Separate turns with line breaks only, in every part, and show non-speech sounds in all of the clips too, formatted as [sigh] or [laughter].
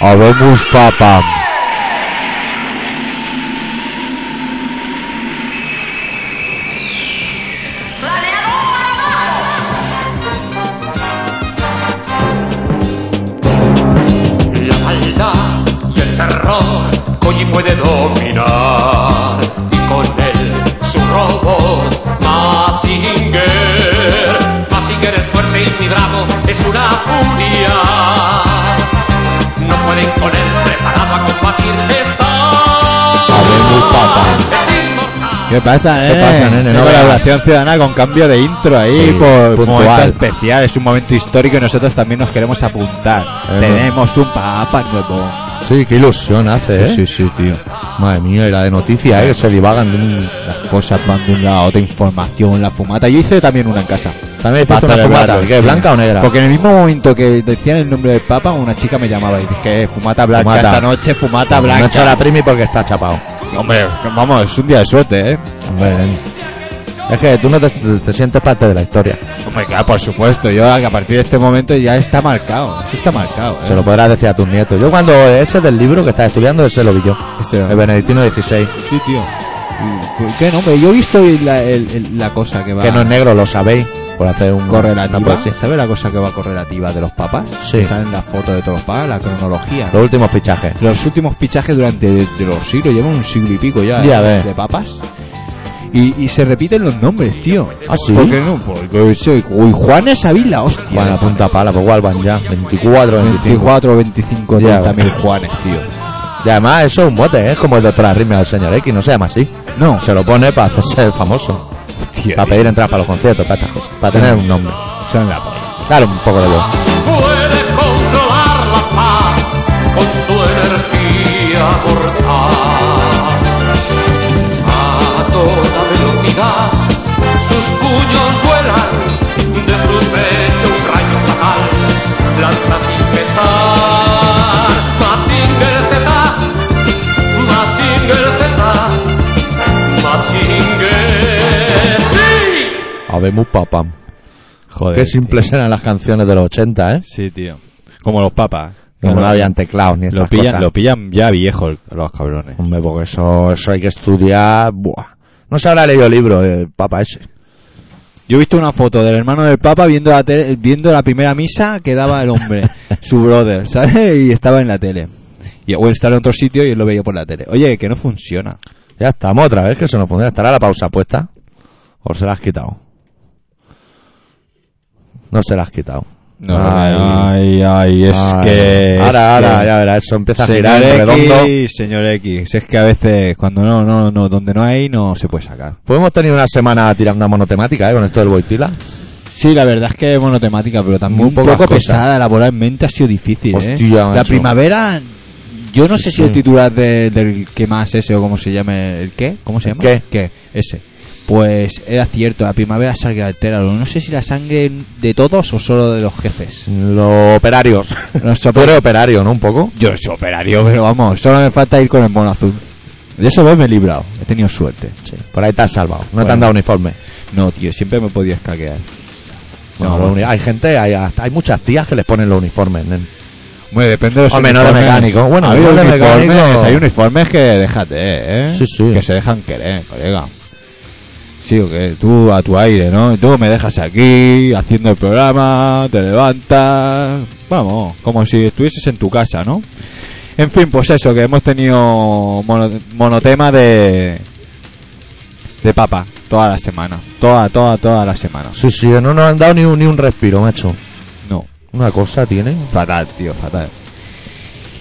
Habemos papam.
La maldad y el terror Koji puede dominar y con él su robot Mazinger. Mazinger es fuerte y muy bravo, es una furia. No pueden con él preparado a combatir está.
Habemos papam.
Es inmortal.
¿Qué pasa, eh?
¿Qué pasa, nene? Una
Sí,
colaboración ciudadana con cambio de intro ahí,
Sí,
por un
puntual.
momento especial. Es un momento histórico y nosotros también nos queremos apuntar.
Es
Tenemos un papa nuevo.
Sí, qué ilusión hace, ¿eh?
Sí, sí, tío.
Madre mía, y la de noticias, ¿eh? Que se divagan de un...
Las cosas van de un lado a otra, información, la fumata. Yo hice también una en casa.
También hiciste
Para
una fumata,
celebrarlo,
¿qué?
sí.
¿Blanca o negra?
Porque en el mismo momento que decían el nombre del Papa, una chica me llamaba y dije, eh, fumata blanca
Fumata.
esta noche, fumata
No he
blanca.
hecho la primi porque está chapado.
Hombre, vamos, es un día de suerte, ¿eh?
Es que tú no te, te sientes parte de la historia.
Hombre, claro, por supuesto. Yo a partir de este momento ya está marcado. Eso está marcado, ¿eh?
Se lo podrás decir a tus nietos. Yo cuando ese del libro que estás estudiando, ese lo vi yo.
Este-
El Benedictino XVI.
Sí, tío. Mm, ¿Qué nombre? Yo he visto la, el- el- la cosa que va
Que no es negro, lo sabéis. Por hacer un... una
correlativa.
poesía.
¿Sabes la cosa que va correlativa de los papas?
Sí.
Que salen las fotos de todos los papas, la cronología.
Los últimos fichajes.
Los últimos fichajes durante de, de los siglos, llevan un siglo y pico ya,
Ya
¿eh?
ves.
de papas. Y, y se repiten los nombres, tío.
Ah, sí.
¿Por qué no? Porque sí, uy, Juan es Ávila, hostia.
Bueno, punta pala, pues igual van ya. 24, 25.
24, 25,
Ya,
30
[laughs]
mil Juanes, tío.
Y además eso es un mote, ¿eh? es como el doctor Arrimia del señor X, no se llama así.
No,
Se lo pone para hacerse famoso,
hostia.
para pedir entradas para los conciertos, para estas cosas, para tener un nombre.
Son la polla.
Dale un poco de voz.
Puede controlar la paz con su energía mortal. A toda velocidad sus puños vuelan, de su pecho un rayo fatal lanza sin pesar. Mazinger Z, Mazinger Z, Mazinger sí.
Habemos papam.
Joder.
Qué simples eran las canciones de los 80, ¿eh?
Sí, tío. Como los papas.
Como no habían teclados ni
lo
estas
pillan,
cosas.
lo pillan ya viejos los cabrones.
Hombre, porque eso, eso hay que estudiar... Buah. No se habrá leído el libro, eh, el papa ese.
Yo he visto una foto del hermano del Papa viendo la, tele- viendo la primera misa que daba el [laughs] hombre, su brother, ¿sabes? Y estaba en la tele. Y, o estaba en otro sitio y él lo veía por la tele. Oye, que no funciona.
Ya estamos otra vez, que eso no funciona. ¿Estará la pausa puesta? ¿O se la has quitado? No se la has quitado.
ay, ay,
Ay, Ahora, ahora, ya verás, eso empieza a girar en
Señor
redondo.
X, señor X. Es que a veces, cuando no, no, no, donde no hay, no se puede sacar.
Pues hemos tenido una semana tirando a monotemática, ¿eh? Con esto del Boitila.
Sí, la verdad es que es monotemática, pero también
Muy
un poco
pocas cosas.
pesada. Laboralmente ha sido difícil, ¿eh?
Hostia,
La
macho.
primavera, yo no sé si
sí.
el titular de- del que más ese o cómo se llame, ¿el qué? ¿Cómo se
¿El
llama?
qué?
Ese. Pues era cierto, la primavera sangre altera. No sé si la sangre de todos o solo de los jefes.
Los [laughs] operarios.
Los
Tú eres operario, ¿no? Un poco.
Yo soy operario, pero vamos, solo me falta ir con el mono azul. De eso vez me he librado, he tenido suerte.
Por ahí te has salvado. No te
Bueno.
han dado uniforme.
No, tío, siempre me he podido escaquear.
No, lo uni- hay gente, hay, hasta- hay muchas tías que les ponen los uniformes, nen.
Bueno, depende de los
Hombre, no de
uniformes.
mecánico. Bueno,
Ha habido
igual de
uniformes,
mecánico.
hay uniformes que déjate, ¿eh?
Sí, sí.
Que se dejan querer, colega. Sí, o que tú a tu aire, ¿no? Y Tú me dejas aquí haciendo el programa, te levantas. Vamos, como si estuvieses en tu casa, ¿no? En fin, pues eso, que hemos tenido mono- monotema de. de papa, toda la semana. Toda, toda, toda la semana.
Sí, sí, no nos han dado ni un, ni un respiro, macho.
No.
Una cosa tiene.
Fatal, tío, fatal.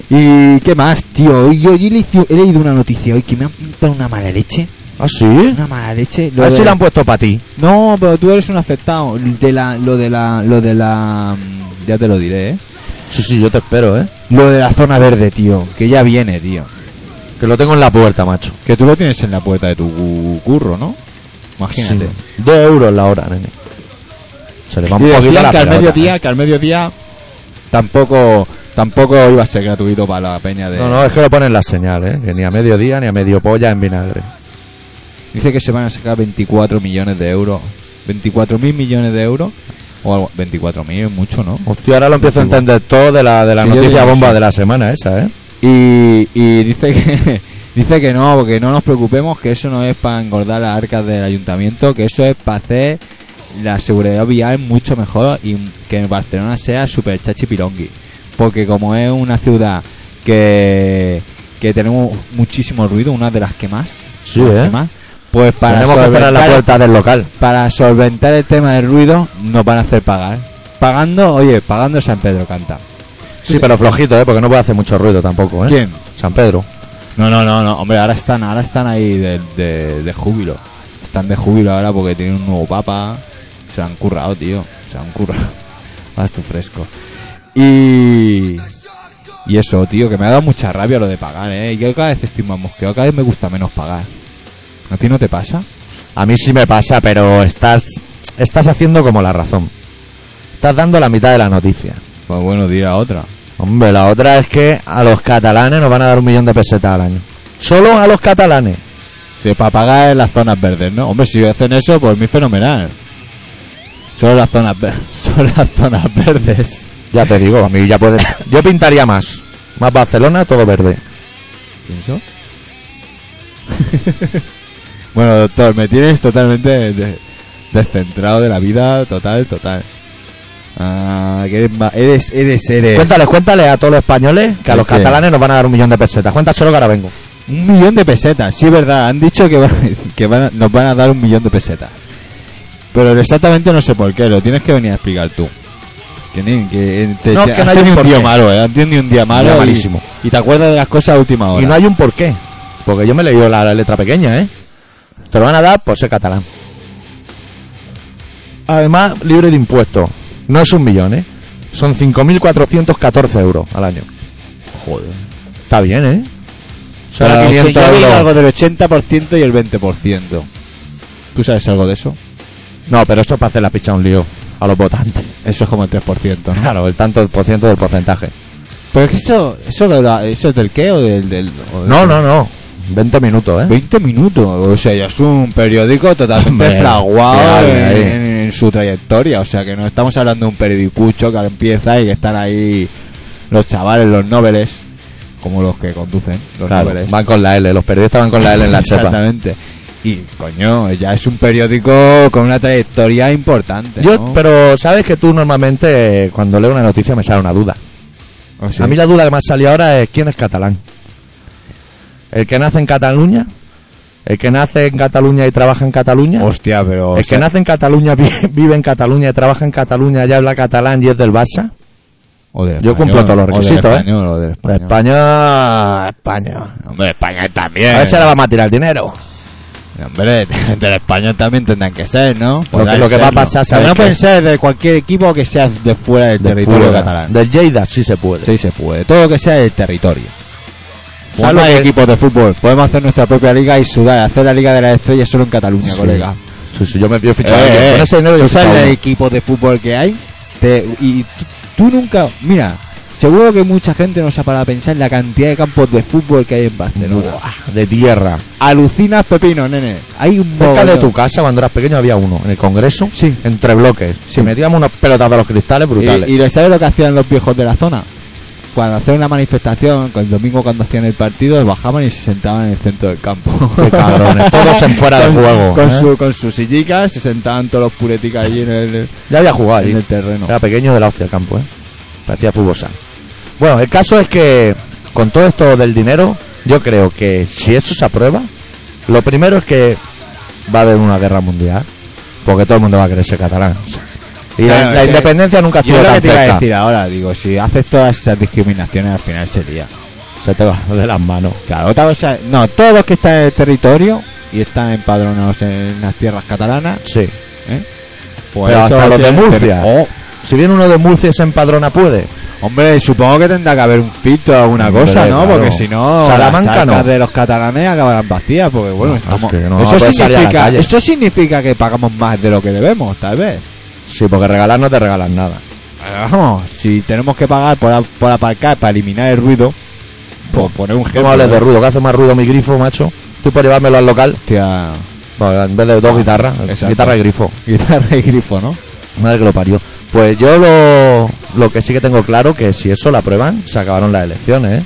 ¿Y qué más, tío? Hoy, hoy he, leído, he leído una noticia hoy que me han pintado una mala leche.
¿Ah, sí?
Una mala leche.
A
Lo
ver
de-
si la han puesto para ti.
No, pero tú eres un afectado. De la, lo de la. Lo de la. mm, Ya te lo diré, ¿eh?
Sí, sí, yo te espero, ¿eh?
Lo de la zona verde, tío. Que ya viene, tío.
Que lo tengo en la puerta, macho.
Que tú lo tienes en la puerta de tu cu- curro, ¿no? Imagínate.
Sí. Dos euros la hora, nene. Se le va un
Y
poquito
decían
la
que al
pelota,
mediodía, que al mediodía ¿eh? tampoco, tampoco iba a ser gratuito para la peña
¿eh?
de.
No, no, es que lo ponen la señal, ¿eh? Que ni a mediodía ni a medio polla en vinagre.
Dice que se van a sacar 24 millones de euros. 24 mil millones de euros O algo, 24.000 es mucho, ¿no?
Hostia, ahora lo empiezo a entender todo de la, de la
Sí, yo
noticia
también
bomba
sí.
de la semana esa, ¿eh?
Y, y dice que [laughs] dice que no, porque no nos preocupemos, que eso no es para engordar las arcas del ayuntamiento, que eso es para hacer la seguridad vial mucho mejor y que Barcelona sea super chachi pilongui. Porque como es una ciudad que, que tenemos muchísimo ruido, una de las que más,
Sí,
de las
¿eh?
que más, pues para
Tenemos que cerrar la
solventar-
puerta del local.
para solventar el tema del ruido nos van a hacer pagar. Pagando, oye, pagando San Pedro canta.
Sí, pero flojito, ¿eh? Porque no puede hacer mucho ruido tampoco, ¿eh?
¿Quién?
San Pedro.
No, no, no, no, hombre, ahora están, ahora están ahí de, de, de júbilo. Están de júbilo ahora porque tienen un nuevo papa. Se han currado, tío. Se han currado. [laughs] Ahora estoy fresco. Y. Y eso, tío, que me ha dado mucha rabia lo de pagar, eh. Yo cada vez estoy más mosqueado, cada vez me gusta menos pagar. ¿A ti no te pasa?
A mí sí me pasa, pero estás, estás haciendo como la razón. Estás dando la mitad de la noticia.
Pues bueno, dir a otra.
Hombre, la otra es que a los catalanes nos van a dar un millón de pesetas al año. Solo a los catalanes.
Sí, para pagar en las zonas verdes, ¿no? Hombre, si hacen eso, pues mi fenomenal. Solo las zonas verdes. [laughs] Solo las zonas verdes.
Ya te digo, a mí ya puede. Yo pintaría más. Más Barcelona, todo verde.
¿Pienso? [laughs] bueno, doctor, me tienes totalmente de- descentrado de la vida, total, total. Ah, que eres, ma- eres, eres, eres.
Cuéntales, cuéntales a todos los españoles que a los
¿Qué?
catalanes nos van a dar un millón de pesetas. Cuéntanos solo que ahora vengo.
Un millón de pesetas, sí, es verdad. Han dicho que, van- [laughs] que van a- nos van a dar un millón de pesetas. Pero exactamente no sé por qué, lo tienes que venir a explicar tú. Que, ni- que, eh, te-
No,
te-
que no hay
has
un
tenido
por
un día
qué.
malo, eh, has tenido un día malo.
día
y-
malísimo.
Y, te acuerdas de las cosas a última hora.
Y no hay un porqué. Porque yo me he leído la, la letra pequeña, ¿eh? Te lo van a dar por ser catalán. Además, libre de impuestos. No es un millón, ¿eh? Son 5.414 euros al año.
Joder.
Está bien, ¿eh? Son
Pero
a
ocho-
500
yo he oído
euros.
algo del 80% y el 20%. ¿Tú sabes algo de eso?
No, pero eso es para hacer la picha un lío a los votantes. [laughs]
Eso es como el 3%, ¿no?
Claro, el tanto por ciento del porcentaje.
Pero es que eso, eso, de la- ¿eso es del qué o del... del o de-
No, no, no. 20 minutos, ¿eh?
20 minutos, o sea, ya es un periódico totalmente
Hombre,
fraguado
qué eh.
en,
hable ahí.
en- en su trayectoria, o sea, que no estamos hablando de un periodicucho que ahora empieza y que están ahí los chavales, los noveles, como los que conducen, los
Claro,
noveles.
van con la L. Los periodistas van con la L en la chepa.
Exactamente. Y, coño, ya es un periódico con una trayectoria importante,
Yo,
¿no?
pero sabes que tú normalmente eh, cuando leo una noticia me sale una duda.
¿O sí?
A mí la duda que me ha salido ahora es quién es catalán. ¿El que nace en Cataluña? ¿El que nace en Cataluña y trabaja en Cataluña?
Hostia, pero... o
¿El
sea,
que nace en Cataluña, vi- [laughs] vive en Cataluña, y trabaja en Cataluña, ya habla catalán y es del Barça?
o del
yo
español,
cumplo todos los
o del
requisitos, ¿eh?
español, o del español.
España, España.
Hombre, España también.
A ver si ahora vamos a tirar el dinero.
Hombre, [laughs] del español también tendrán que ser, ¿no?
Lo que- lo que va a pasar,
Pero
¿sabes
no
qué?
pueden ser de cualquier equipo que sea de fuera del territorio
Pura.
catalán.
Del Lleida sí se puede.
Sí se puede. Todo lo que sea del territorio.
¿Sabes
Igual no
lo
hay
que-
equipos de fútbol. Podemos hacer nuestra propia liga y sudar. Hacer la liga de las estrellas solo en Cataluña,
Sí.
colega.
Sí, sí, yo me yo he fichado.
Eh,
yo-
eh,
con ese dinero yo
¿Tú
he
sabes
fichado
los
uno.
equipos de fútbol que hay? Te- y tú, tú nunca... Mira, seguro que mucha gente nos ha parado a pensar en la cantidad de campos de fútbol que hay en Barcelona.
Buah, de tierra.
Alucinas pepino, nene. Hay un
Cerca de
mogollón.
tu casa, cuando eras pequeño, había uno. En el Congreso,
Sí.
entre bloques. Si metíamos unos pelotas de los cristales brutales.
Y, y lo- ¿sabes lo que hacían los viejos de la zona? Cuando hacían una manifestación, con- el domingo cuando hacían el partido, bajaban y se sentaban en el centro del campo.
Qué cabrones, todos en fuera de
Con-
juego,
Con,
¿eh?
su, con sus sillicas, se sentaban todos los pureticas allí en el,
Ya había jugado allí.
en el terreno.
Era pequeño de la hostia el campo, ¿eh? Parecía fútbol sala. Bueno, el caso es que con todo esto del dinero, yo creo que si eso se aprueba, lo primero es que va a haber una guerra mundial, porque todo el mundo va a querer ser catalán. Y la-
Claro,
la,
es que-
independencia nunca
Yo
estuvo
lo que
tan
te iba a
cerca.
decir ahora, digo, si haces todas esas discriminaciones al final sería.
Se te va de las manos.
Claro, otra cosa, no, todos los que están en el territorio y están empadronados en las tierras catalanas,
Sí.
pues
Pero
eso
hasta los de
tienen-
Murcia.
Oh,
Si viene uno de Murcia y se empadrona, puede.
Hombre, supongo que tendrá que haber un filtro o alguna
Hombre,
cosa, ¿no?
claro.
Porque si no,
Salamanca
las arcas
no.
de los catalanes acabarán vacías, porque bueno,
No,
estamos...
es que no
eso,
puedes salir a la
significa,
calle.
eso significa que pagamos más de lo que debemos, tal vez.
Sí, porque regalar no te regalan nada.
Pero Vamos, si tenemos que pagar por, a- por aparcar para eliminar el ruido, pues poner un
¿Cómo
ejemplo.
hables de ruido? ¿Qué hace más ruido mi grifo, macho? Tú por llevármelo al local,
Hostia,
bueno, en vez de dos guitarras,
Exacto.
guitarra y grifo.
guitarra y grifo, ¿no?
Madre que lo parió. Pues yo lo, lo que sí que tengo claro que si eso la aprueban, se acabaron las elecciones, ¿eh?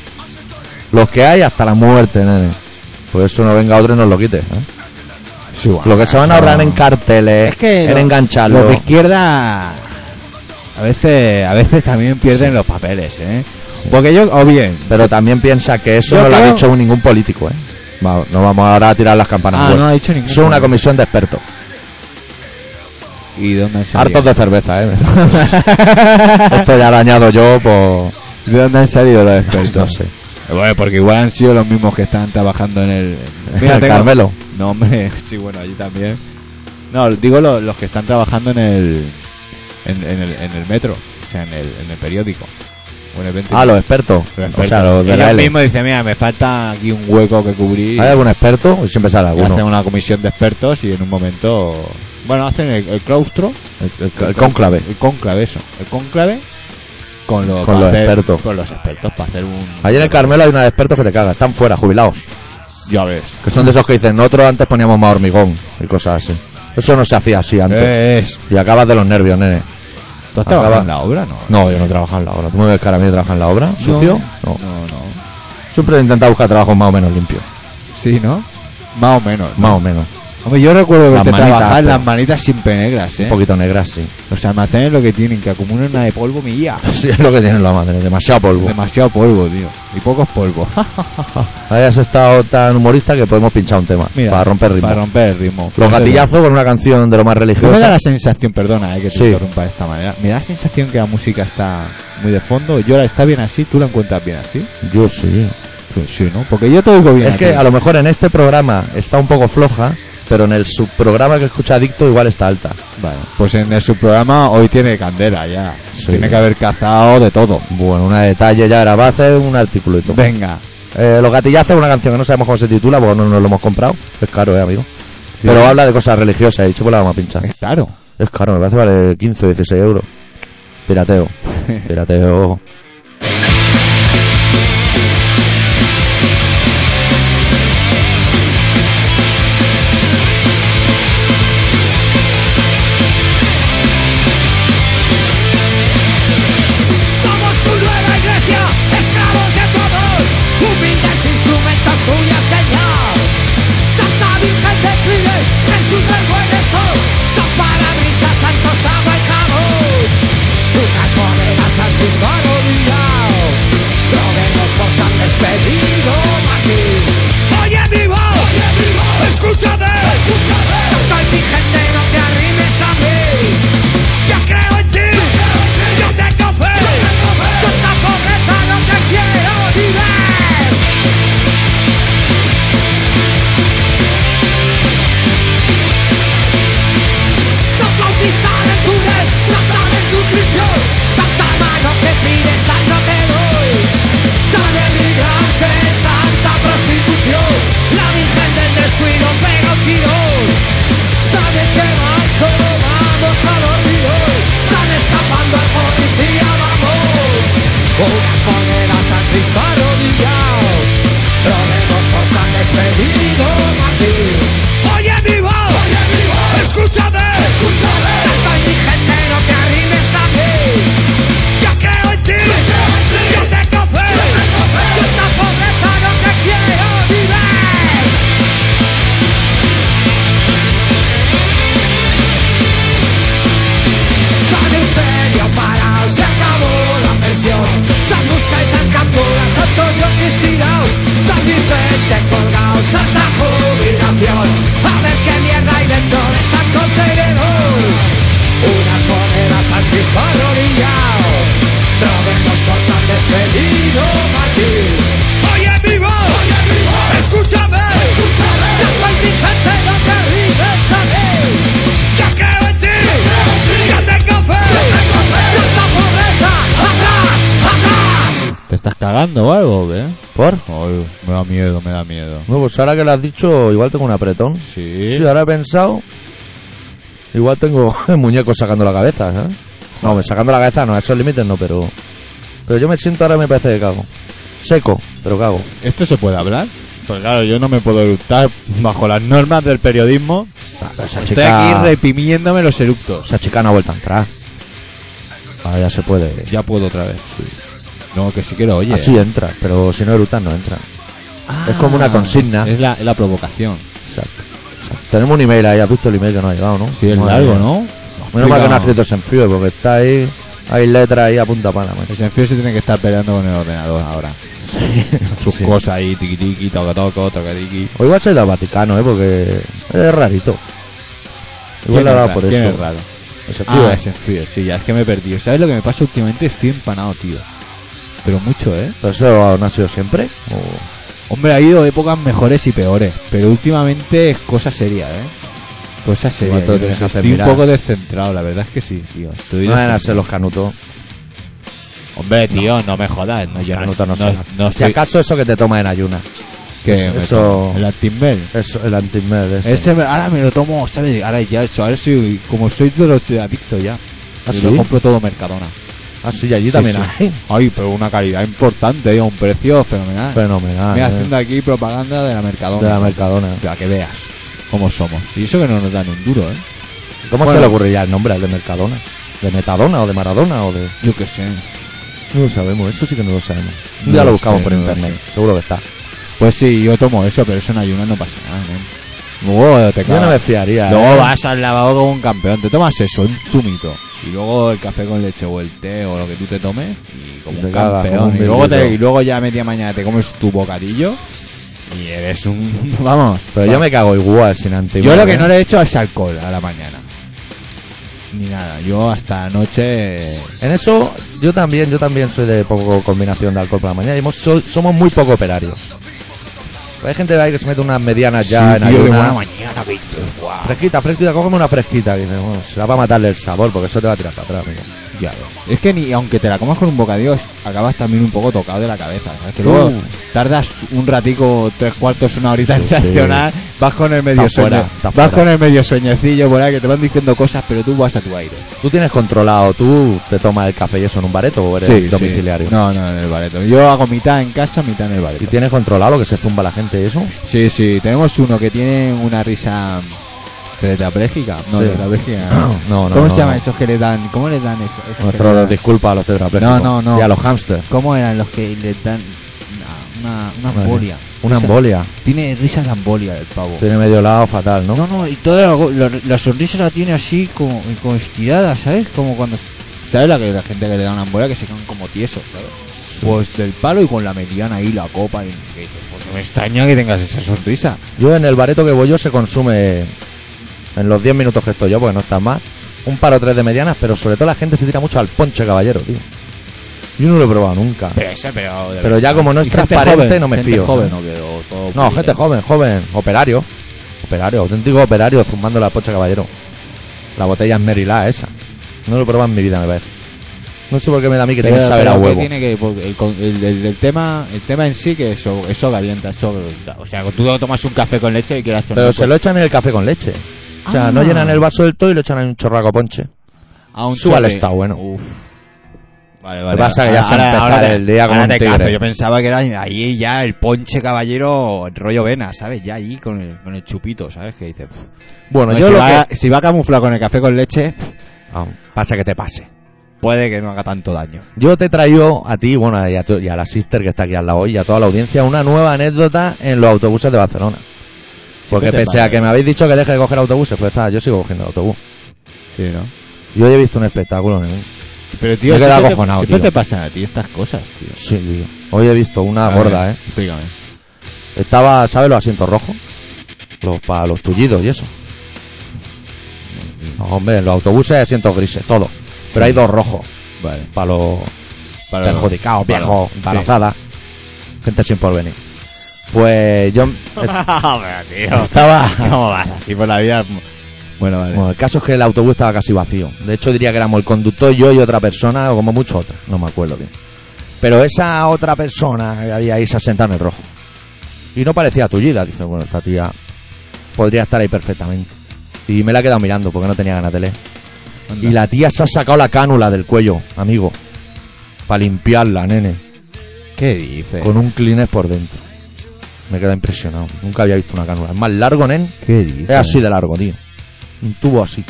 Los que hay hasta la muerte, nene. Pues eso no venga otro y nos lo quite. ¿eh?
Sí, bueno,
Lo que se van a
eso-
ahorrar en carteles,
Es que
en
lo-
engancharlo.
Los de izquierda a veces, a veces también pierden los papeles, ¿eh? Porque yo, o bien,
Pero también piensa que eso
Yo
no lo ha
creo-
dicho ningún político, ¿eh? Va- no vamos ahora a tirar las campanas.
Ah,
al vuelo.
no ha dicho ningún
Eso es una
político.
comisión de expertos.
¿y dónde han salido?
Hartos de cerveza, ¿eh? Esto ya lo añado yo por...
[laughs]
pues,
¿De dónde han salido los expertos?
No sé.
Bueno, porque igual han sido los mismos que están trabajando en el...
Mira,
tengo-
Carmelo.
No, hombre, [laughs] sí, bueno, allí también. No, digo lo- los que están trabajando en el, en, en el, en el metro, o sea, en el, en el periódico. O en el 20.
Ah, los expertos. O sea, los de la
Ellos
L.
mismos dicen, mira, me falta aquí un hueco que cubrir.
¿Hay algún experto? Siempre sale
Y
alguno.
Hacen una comisión de expertos y en un momento... Bueno, hacen el, el claustro.
El, el- el cónclave.
El cónclave, eso. El cónclave con los,
Con
para
los
hacer-
expertos.
Con los expertos para hacer un...
Allí en el Carmelo hay unos expertos que te cagas. Están fuera, jubilados.
Ya ves.
Que son de esos que dicen, nosotros antes poníamos más hormigón y cosas así. Eso no se hacía así antes.
Eh, Es...
Y acabas de los nervios, nene.
¿Tú has
Acaba-
trabajado en la obra, no?
No, yo no he trabajado en la obra. ¿Tú me ves cara a mí de trabajar en la obra? ¿Sucio? No.
No, no.
Siempre he intentado buscar trabajo más o menos limpio.
Sí, ¿no? Más o menos. ¿no?
Más o menos.
Hombre, yo recuerdo
Las
que te
manitas,
trabajaban
pero-
las manitas siempre negras,
Un
¿eh?
poquito negra, sí. [laughs]
Los almacenes lo que tienen, que acumulan una de polvo mía.
Sí, es lo que tiene la madre. Demasiado polvo.
Demasiado polvo, tío. Y pocos polvos. [laughs]
Ahora has estado tan humorista que podemos pinchar un tema.
Mira,
para romper ritmo.
Para romper el ritmo.
Los gatillazos con una canción de lo más
No me da
religiosa.
la sensación, perdona, eh, que te
Sí.
interrumpa de esta manera. Me da la sensación que la música está muy de fondo. Yo la está bien así, tú la encuentras bien así.
Yo sí.
Pues sí, ¿no? Porque yo te oigo bien.
Es que
aquí.
a lo mejor en este programa está un poco floja, pero en el subprograma que escucha Adicto igual está alta.
Vale. Pues en su programa hoy tiene candela ya.
Sí.
Tiene que haber cazado de todo.
Bueno, una detalle ya era, va a hacer un articulito.
Venga.
Eh, los gatillazos es una canción que no sabemos cómo se titula porque no nos lo hemos comprado. Es caro, eh, amigo. Pero habla de cosas religiosas, he dicho, pues la vamos a pinchar.
Es claro. [laughs]
Es caro, me parece que vale 15 o 16 euros. Pirateo. Pirateo.
Somos tu nueva iglesia, esclavos de tu amor, humildes instrumentos tuyas, Señor. Santa Virgen de Clines, Jesús del buen estor, son para brisa, santos, agua y jabón. Unas monedas al mismo anonimado, roguemos por San Despedido, Martín. Oye, vivo, escúchame, Santa Virgen, de no te arrimes a mí. Yo creo en ti, yo tengo fe. Santa pobreza no te quiero ni ver. San Bautista de túnel, Santa desnutrición, Santa mano que pide, Santa te doy. San emigrante, Santa prostitución, la Virgen del descuido, pero tirón. Sabe que marco vamos a dormir hoy, San escapando al policía, vamos. Unas monedas al Cristo arrodillado, roguemos por San despedido, Martín. Oye, vivo, escúchame, Santa Virgen, no te arrimes a mí. Yo creo en ti, yo tengo fe, Santa pobreza no te quiero vivir. San Eusebio para se acabó la pensión. San Busca y San Captura, San Toyo Cristinao, San Vicente colgado, Santa Jubilación. A ver qué mierda hay dentro de San Contenedor. Unas monedas al Cristo arrodillado. Probemos por San Despedido Martín. Oye, vivo, escúchame, escúchame. Santa Vicente no te arribes a mí. Yo creo en ti, yo tengo fe. Santa pobreza, atrás, atrás.
¿Te estás cagando o algo, eh?
¿Por?
Ay, me da miedo, me da miedo.
Bueno, pues ahora que lo has dicho, igual tengo un apretón.
Sí.
Sí, ahora he pensado. Igual tengo [laughs] el muñeco sacando la cabeza, ¿eh? No, hombre, sacando la cabeza no, a esos límites no, pero. Pero yo me siento ahora me parece que cago. Seco, pero cago.
¿Esto se puede hablar? Pues claro, yo no me puedo eructar bajo las normas del periodismo.
Ah, pero esa
Estoy aquí
chica.
repimiéndome los eructos.
Esa chica no ha vuelto a entrar. Ahora ya se puede.
Ya puedo otra vez. No, que si quiero, oye.
Así entra, pero si no erutan no entra.
Ah,
es como una consigna.
Es la, es la provocación.
Exacto. Exacto. Tenemos un email ahí, has visto el email que no ha llegado, ¿no?
Sí, es
Madre
largo,
mía.
¿no?
Menos mal que no ha
Explica-
escrito en frío, porque está ahí, hay letras ahí a punta pana, macho.
[laughs] El Senfío se tiene que estar peleando con el ordenador ahora. Sus
Sí.
cosas ahí, tiqui tiqui, toca toco, toca tiqui.
O igual se da Vaticano, ¿eh? Porque es rarito. Igual
¿Quién
le ha
es
dado
ra-
por
quién
eso.
es raro?
Ese frío,
Ah,
¿eh?
es Senfío, sí, ya es que me he perdido. ¿Sabes lo que me pasa últimamente? Estoy empanado, tío. Pero mucho, ¿eh?
¿Pero eso no ha sido siempre? ¿O
Hombre, ha ido épocas mejores y peores, pero últimamente es cosa seria, ¿eh? Cosa seria.
Cuánto
yo
tienes
creo.
que hacer
Estoy un
mirar.
poco descentrado, la verdad es que sí, tío. Estoy
no van a
descentrado.
ser los canutos?
Hombre, tío, no, me jodas. No, yo no,
Canutos no,
no,
son.
no
Si
soy-
acaso eso que te toma en ayuna.
que
es-
me-
eso-
El Actimel.
Eso, el antimed ese.
Ese me- ahora me lo tomo, ¿sabes? Ahora ya, eso, ahora soy, como soy de los de adicto ya.
¿Ah,
Y
sí?
Lo compro todo Mercadona.
Ah, sí, y allí también
Sí,
hay.
sí.
[laughs]
Ay, pero una calidad importante, y a un precio fenomenal.
Fenomenal.
Mira,
eh.
haciendo aquí propaganda de la Mercadona.
De la Mercadona.
Para que veas cómo somos. Y eso que no nos dan un duro, ¿eh?
¿Cómo
Bueno.
se le ocurriría el nombre al de Mercadona? ¿De Metadona o de Maradona o de.?
Yo qué sé.
No lo sabemos, eso sí que no lo sabemos.
No
ya
lo
lo buscamos
sé,
por
no lo
internet, seguro que está.
Pues sí, yo tomo eso, pero eso en ayunas no pasa nada, ¿eh? Luego te
Yo no
cagas.
me fiaría.
Luego
¿eh?
vas al lavado como un campeón, te tomas eso, un zumito. Y luego el café con leche o el té o lo que tú te tomes. Y como
Y te
un
cagas,
campeón.
como un
y, luego te-
bendito.
y luego ya a media mañana te comes tu bocadillo. Y eres un. [laughs] Vamos.
Pero yo me cago igual sin antimed.
Yo lo que
¿eh?
no le he hecho es alcohol a la mañana. Ni nada. Yo hasta anoche.
En eso, yo también, yo también soy de poco combinación de alcohol por la mañana. y hemos- so- somos muy poco operarios. Hay gente ahí que se mete unas medianas ya en
Sí, tío, qué buena
ayuna.
mañana, Víctor. Guau.
Fresquita, fresquita, cógeme una fresquita. Y dice, bueno, será para matarle el sabor, porque eso te va a tirar para atrás, amigo.
Ya ves. Es que ni aunque te la comas con un bocadillo, acabas también un poco tocado de la cabeza. ¿sabes? Que luego
Uh.
tardas un ratico, tres cuartos, una horita en
Sí, sí.
reaccionar, vas con el medio
Está fuera,
sueño-
está
vas
fuera.
con el medio sueñecillo por ahí que te van diciendo cosas, pero tú vas a tu aire.
Tú tienes controlado, tú te tomas el café y eso en un bareto o eres domiciliario.
No, no, en el bareto. Yo hago mitad en casa, mitad en el
¿Y
bareto.
tienes controlado lo que se zumba la gente y eso?
Sí, sí, tenemos uno que tiene una risa tetrapléjica. No,
Sí.
tetrapléjica.
No, no,
¿Cómo
no,
se llama
no.
esos que le dan? ¿Cómo le dan eso? esos que le
Nuestro
dan?
disculpa a los tetrapléjicos.
No, no, no.
Y a los hamsters.
¿Cómo eran los que le dan una, una, una embolia?
Una
Risa-
embolia.
Tiene risa de embolia el pavo.
Tiene medio lado fatal, ¿no?
No, no, y toda la, la- la sonrisa la tiene así como, como estirada, ¿sabes? Como cuando...
¿Sabes la, que, la gente que le da una embolia que se quedan como tiesos, ¿sabes? Pues del palo y con la mediana ahí, la copa. Y, que dices, pues no me extraña que tengas esa sonrisa.
Yo en el bareto que voy yo se consume en los 10 minutos que estoy yo, porque no está más, un par o tres de medianas, pero sobre todo la gente se tira mucho al ponche caballero, tío. Yo no lo he probado nunca.
Pero ese, pero. de
Pero ya como no es
Y gente
transparente,
joven,
no me
gente
fío.
joven, ¿no? Que o todo
No,
pulido.
gente joven, joven, operario. Operario, auténtico operario zumbando la ponche caballero. La botella es Merilá esa. No lo he probado en mi vida, me parece. No sé por qué me da a mí que
Pero-
tiene saber a
pero que
huevo.
tiene que- porque el, con- el- el- el tema, el tema en sí que eso, eso calienta, eso, o sea, tú tomas un café con leche y quieras
Pero se lo echan en el café con leche. O sea, no
Ah.
llenan el vaso del todo y lo echan en un chorraco ponche.
pues, a un
Súbale,
choque.
está bueno.
Uf. Vale,
Lo que pasa que ya se empezar
te-
el día con
ahora
un
te
tigre.
cazo. Yo pensaba que era ahí ya el ponche caballero rollo vena, ¿sabes? Ya ahí con el, con el chupito, ¿sabes? Que dices. pff.
Bueno,
Hombre,
yo
Pues si,
lo
va,
que...
si va camuflado con el café con leche,
Ah, pasa que te pase.
puede que no haga tanto daño.
Yo te traigo a ti, bueno, y a, tu- y a la sister que está aquí al lado y a toda la audiencia una nueva anécdota en los autobuses de Barcelona. Porque
te
pese
pasa,
a que me habéis dicho que deje de coger autobuses, pues está, yo sigo cogiendo el autobús.
Sí, ¿no?
Yo he visto un espectáculo en el-
Pero tío,
Me he quedado
siempre te-
acojonado,
siempre
tío.
te pasan a ti estas cosas, tío.
Sí, tío. Hoy he visto una
A ver,
gorda, ¿eh?
Explícame.
Estaba, ¿sabes los asientos rojos? Los para los tullidos y eso. No, hombre, en los autobuses hay asientos grises, todo. Pero hay dos rojos,
Vale.
para los
Para- [laughs]
perjudicados,
para-
viejos,
sí.
embarazadas, gente sin porvenir. Pues yo
Pero, tío.
estaba...
¿Cómo vas? Así por la vida. Bueno, vale.
Bueno, el caso es que el autobús estaba casi vacío. De hecho, diría que éramos el conductor, yo y otra persona, o como mucho otra. No me acuerdo bien. Pero esa otra persona que había ahí se ha sentado en el rojo. Y no parecía tullida. Dice, bueno, esta tía podría estar ahí perfectamente. Y me la he quedado mirando porque no tenía ganas de leer.
Anda.
Y la tía se ha sacado la cánula del cuello, amigo. Para limpiarla, nene.
¿Qué dices?
Con un Kleenex por dentro. Me he quedado impresionado. Nunca había visto una cánula. Es más largo, nen.
¿Qué dices?
Es así de largo, tío. Un tubo así.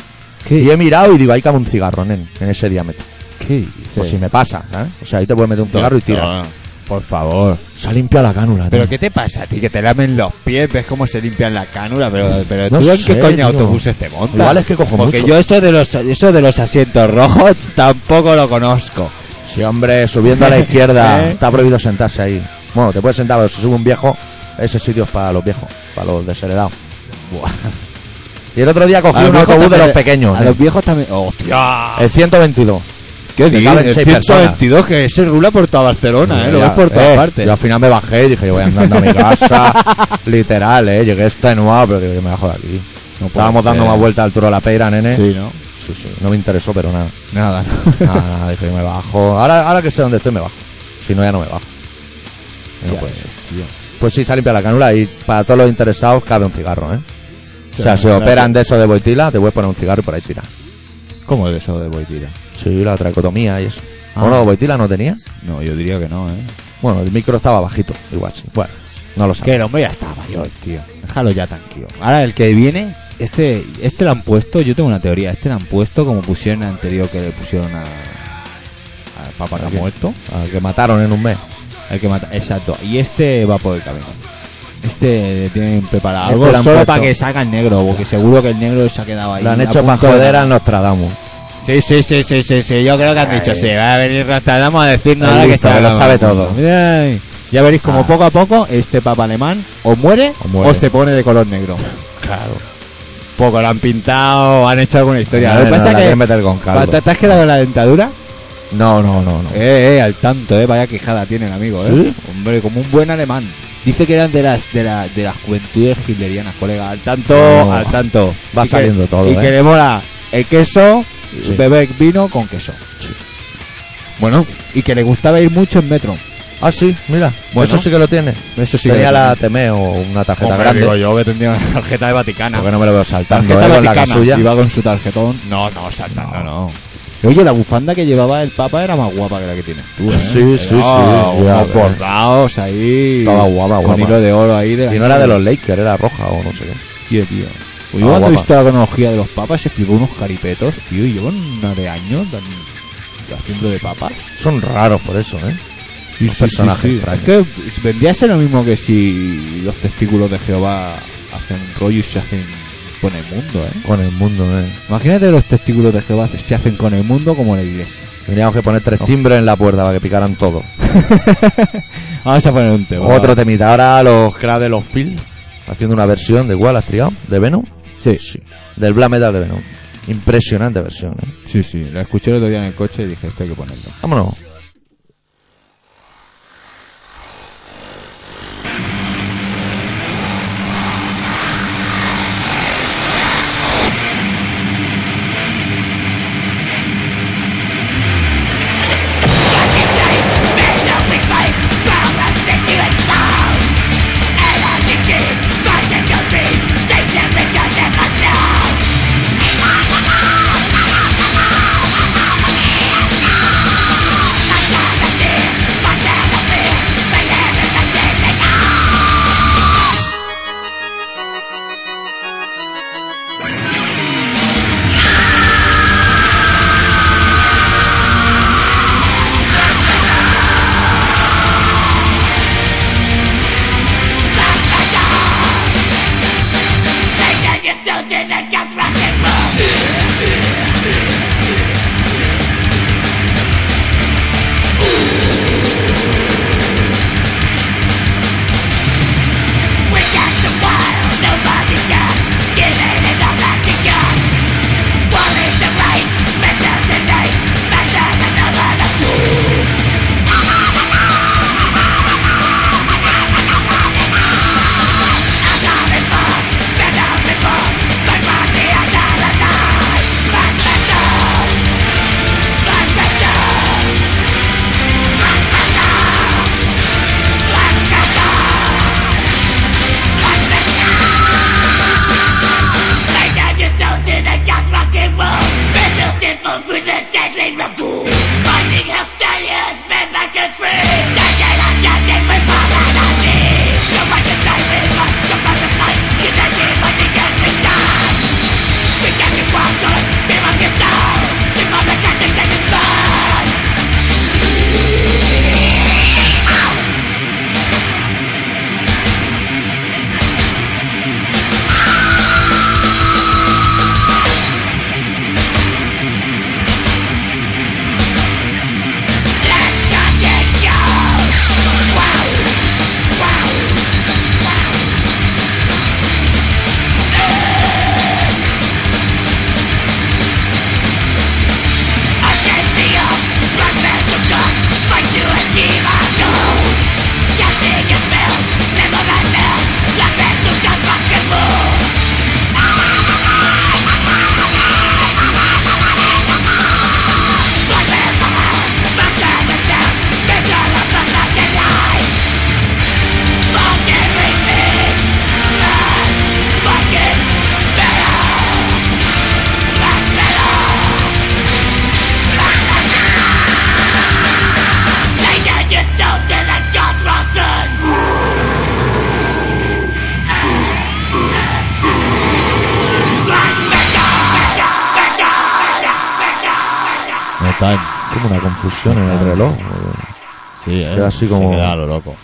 Y he mirado y digo, ahí cabe un cigarro, nen, en ese diámetro.
¿Qué?
Por si me pasa, ¿sabes? O sea, ahí te puedes meter un cigarro y tiras.
Por favor.
Se ha limpiado la cánula.
¿Pero
tío.
qué te pasa a ti? Que te lamen los pies, ves cómo se limpian la cánula, pero, pero
No
tú en
sé,
qué coño
tío.
autobuses te montas.
Igual es que cojo
Porque
mucho.
yo eso de los eso de los asientos rojos tampoco lo conozco.
Sí, hombre, subiendo a
[laughs]
la izquierda.
¿Eh?
Está prohibido sentarse ahí. Bueno, te puedes sentar, pero si sube un viejo, ese sitio es para los viejos, para los desheredados. Y el otro día cogí
A los
un
viejos
autobús de
también-
los pequeños.
A
¿eh?
los viejos también. ¡Hostia!
El 122.
¿Qué
que
dices?
caben
El
seis personas.
122 que ese rula por toda Barcelona, ¿eh? Lo
Ya,
ves por
eh,
todas partes.
Yo al final me bajé y dije, yo voy andando a mi casa. [laughs] Literal, ¿eh? Llegué extenuado, pero digo, yo me bajo de aquí.
No
Estábamos
puede
dando
ser.
más vuelta al Turo de la Peira, nene.
Sí, ¿no?
sí, sí. No me interesó, pero nada. [laughs]
Nada,
Nada, nada, dije, yo me bajo. Ahora, ahora que sé dónde estoy, me bajo. Si no, ya no me bajo. Y No
Ya
puede
ves,
ser. Pues sí, se ha limpiado la cánula y para todos los interesados cabe un cigarro, ¿eh? O sea,
Ya,
si
claro.
operan de eso de boitila, te voy a poner un cigarro y por ahí tira.
¿Cómo es eso de Boitira?
Sí, la tracotomía y eso.
Ah.
Bueno, boitila no tenía.
No, yo diría que no, ¿eh?
Bueno, el micro estaba bajito, igual sí. Bueno, no lo
Que
sé.
el hombre ya está mayor, tío. Déjalo ya tranquilo. Ahora el que viene, este, este lo han puesto, yo tengo una teoría, este lo han puesto como pusieron el anterior que le pusieron a, al Papa que ha
quién?
muerto.
Ah, que mataron en un mes.
El que mata, exacto. Y este va por el camino. Este tienen preparado
Este
algo
lo han
solo
puesto.
para que saca el negro, porque seguro que el negro se ha quedado ahí.
Lo han
a
hecho para
punto de-
joder a Nostradamus.
Sí, sí, sí, sí, sí, sí, yo creo que han dicho, sí, va a venir Nostradamus a decirnos
El
ahora que
listo, que
sabe
lo sabe todo.
Bien. Ya veréis como
Ah.
poco a poco este papa alemán o muere, o
O muere.
se pone de color negro.
Claro.
Poco lo han pintado, han hecho alguna historia.
No,
Lo que
no,
pasa
la
que
quieren meter con caldo.
¿Te, te has quedado en la dentadura?
No, no, no, no.
Eh, eh, al tanto, eh, vaya quejada tiene el amigo, eh. Hombre, como un buen alemán. Dice que eran de las de, la, de las juventudes hitlerianas, colega. Al tanto,
Oh,
al tanto.
va
Y que-
saliendo todo,
Y que
eh.
le mola el queso,
Sí.
beber vino con queso. Bueno, y que le gustaba ir mucho en metro.
Ah, sí, mira.
Bueno.
Eso sí que lo tiene.
Eso sí
tenía
que
la TME o una tarjeta grande.
yo que tendría una tarjeta de Vaticana.
Porque no me lo veo saltando,
tarjeta
eh, con la
Vaticana.
casulla.
Iba con su tarjetón. No, no, saltando, no. Oye, la bufanda que llevaba el Papa era más guapa que la que tienes tú, ¿eh?
Sí, sí, sí,
Era
ya
Unos
ves.
bordados ahí.
Estaba guapa,
Con
guapa.
hilo de oro ahí. De la-
Y no era de los Lakers, era roja o no sé qué.
Tío, tío. Pues
Ah,
yo cuando he
guapa.
visto la cronología de los papas, se flipó unos caripetos, tío, y llevan una de años dan- haciendo de papas.
Son raros por eso, ¿eh?
Y
Un personaje extraño.
Es que vendría a ser lo mismo que si los testículos de Jehová hacen rollo y se hacen con el mundo, ¿eh?
Con el mundo, ¿eh?
Imagínate los testículos de Jehová se hacen con el mundo como la iglesia. [laughs]
Teníamos que poner tres timbres en la puerta para que picaran todo.
Vamos a poner un tema.
Otro temita. Ahora los cra de los Field haciendo una versión de igual, has trigado? ¿De Venom?
Sí,
Sí. Del Black Metal de Venom. Impresionante versión, ¿eh?
sí, sí. La escuché el otro día en el coche y dije, esto hay que ponerlo.
Vámonos.
Thank
Time.
Como una confusión en el reloj, eh,
Sí, ¿eh?
queda así como-
Se queda a lo loco.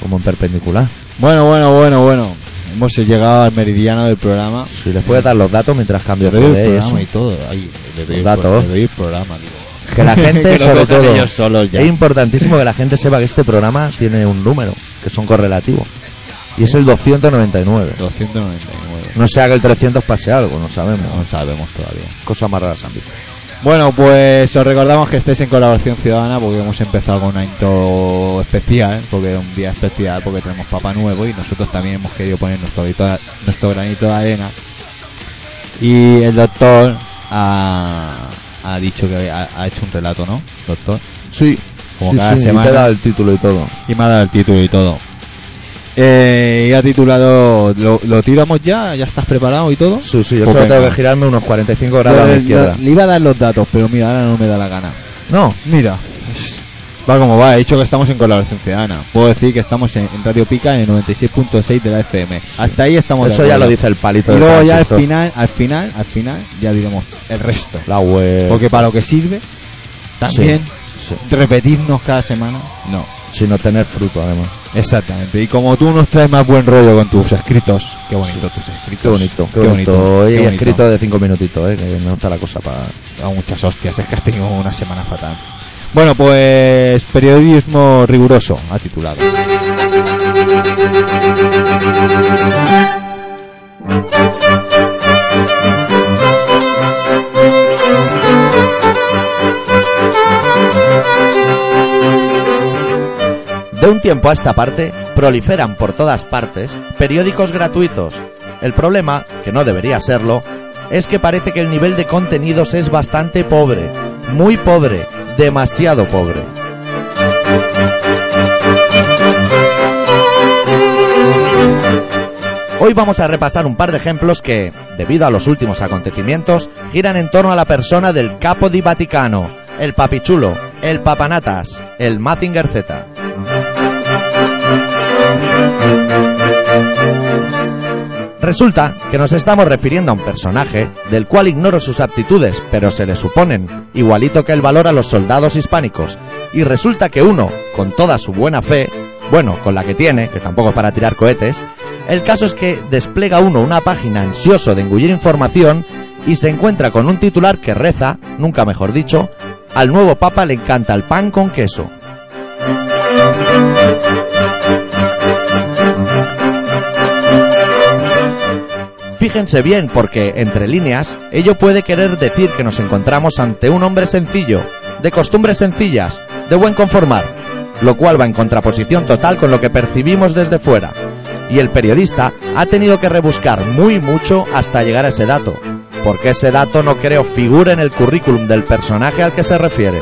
como en perpendicular.
Bueno, bueno, bueno, bueno. Hemos llegado al meridiano del programa.
Si les puedes dar los datos mientras cambio
Le
de
doy el
CD y eso.
programa y todo. Ay, le doy
Los
el
datos.
pro- le doy el programa, digo.
Que
[laughs]
la gente,
Que no
sobre
cojan
todo,
ellos solos ya.
es importantísimo que la gente sepa que este programa tiene un número, que son correlativos. Y es el 299.
299.
No sea que el 300 pase algo, no sabemos.
No sabemos todavía.
Cosas más raras han visto.
Bueno, pues os recordamos que estéis en colaboración ciudadana porque hemos empezado con una intro especial, ¿eh? porque es un día especial, porque tenemos Papá Nuevo y nosotros también hemos querido poner nuestro, grito- nuestro granito de arena. Y el doctor ha, ha dicho que ha, ha hecho un relato, ¿no? Doctor.
Sí,
Como
sí,
cada
sí, y
semana.
te da el título y todo.
Y me ha dado el título y todo. Eh, y ha titulado, ¿lo, lo tiramos ya? ¿Ya estás preparado y todo?
Sí, sí, yo
Pues
solo tengo
venga.
que girarme unos 45 grados a la
Pues,
izquierda.
le- le iba a dar los datos, pero mira, ahora no me da la gana.
No,
Mira, va como va, he dicho que estamos en colaboración ciudadana. Puedo decir que estamos en, en Radio Pica en el 96.6 de la FM. Hasta ahí estamos. de
eso ya
acuerdo.
lo dice el palito.
Y
del
luego ya al
transistor.
final, al final, al final, ya diremos el resto.
La web.
Porque para lo que sirve, también
Sí,
repetirnos cada semana, no.
sin no tener fruto, además.
Exactamente. Y como tú nos traes más buen rollo con tus escritos, qué bonito tus escritos.
Qué bonito, qué,
qué
bonito.
bonito.
Hoy
qué
he
bonito.
escrito de 5 minutitos, eh, que me gusta la cosa para.
a muchas hostias, es que has tenido una semana fatal. Bueno, pues periodismo riguroso, ha titulado.
De un tiempo a esta parte, proliferan por todas partes periódicos gratuitos. El problema, que no debería serlo, es que parece que el nivel de contenidos es bastante pobre, muy pobre, demasiado pobre. Hoy vamos a repasar un par de ejemplos que, debido a los últimos acontecimientos, giran en torno a la persona del capo di Vaticano, el papichulo, el papanatas, el Mazinger Z. Resulta que nos estamos refiriendo a un personaje del cual ignoro sus aptitudes, pero se le suponen, igualito que el valor a los soldados hispánicos. Y resulta que uno, con toda su buena fe, bueno, con la que tiene, que tampoco es para tirar cohetes, el caso es que despliega uno una página ansioso de engullir información y se encuentra con un titular que reza, nunca mejor dicho, al nuevo papa le encanta el pan con queso. Fíjense bien porque, entre líneas, ello puede querer decir que nos encontramos ante un hombre sencillo, de costumbres sencillas, de buen conformar, lo cual va en contraposición total con lo que percibimos desde fuera. Y el periodista ha tenido que rebuscar muy mucho hasta llegar a ese dato, porque ese dato no creo figura en el currículum del personaje al que se refiere.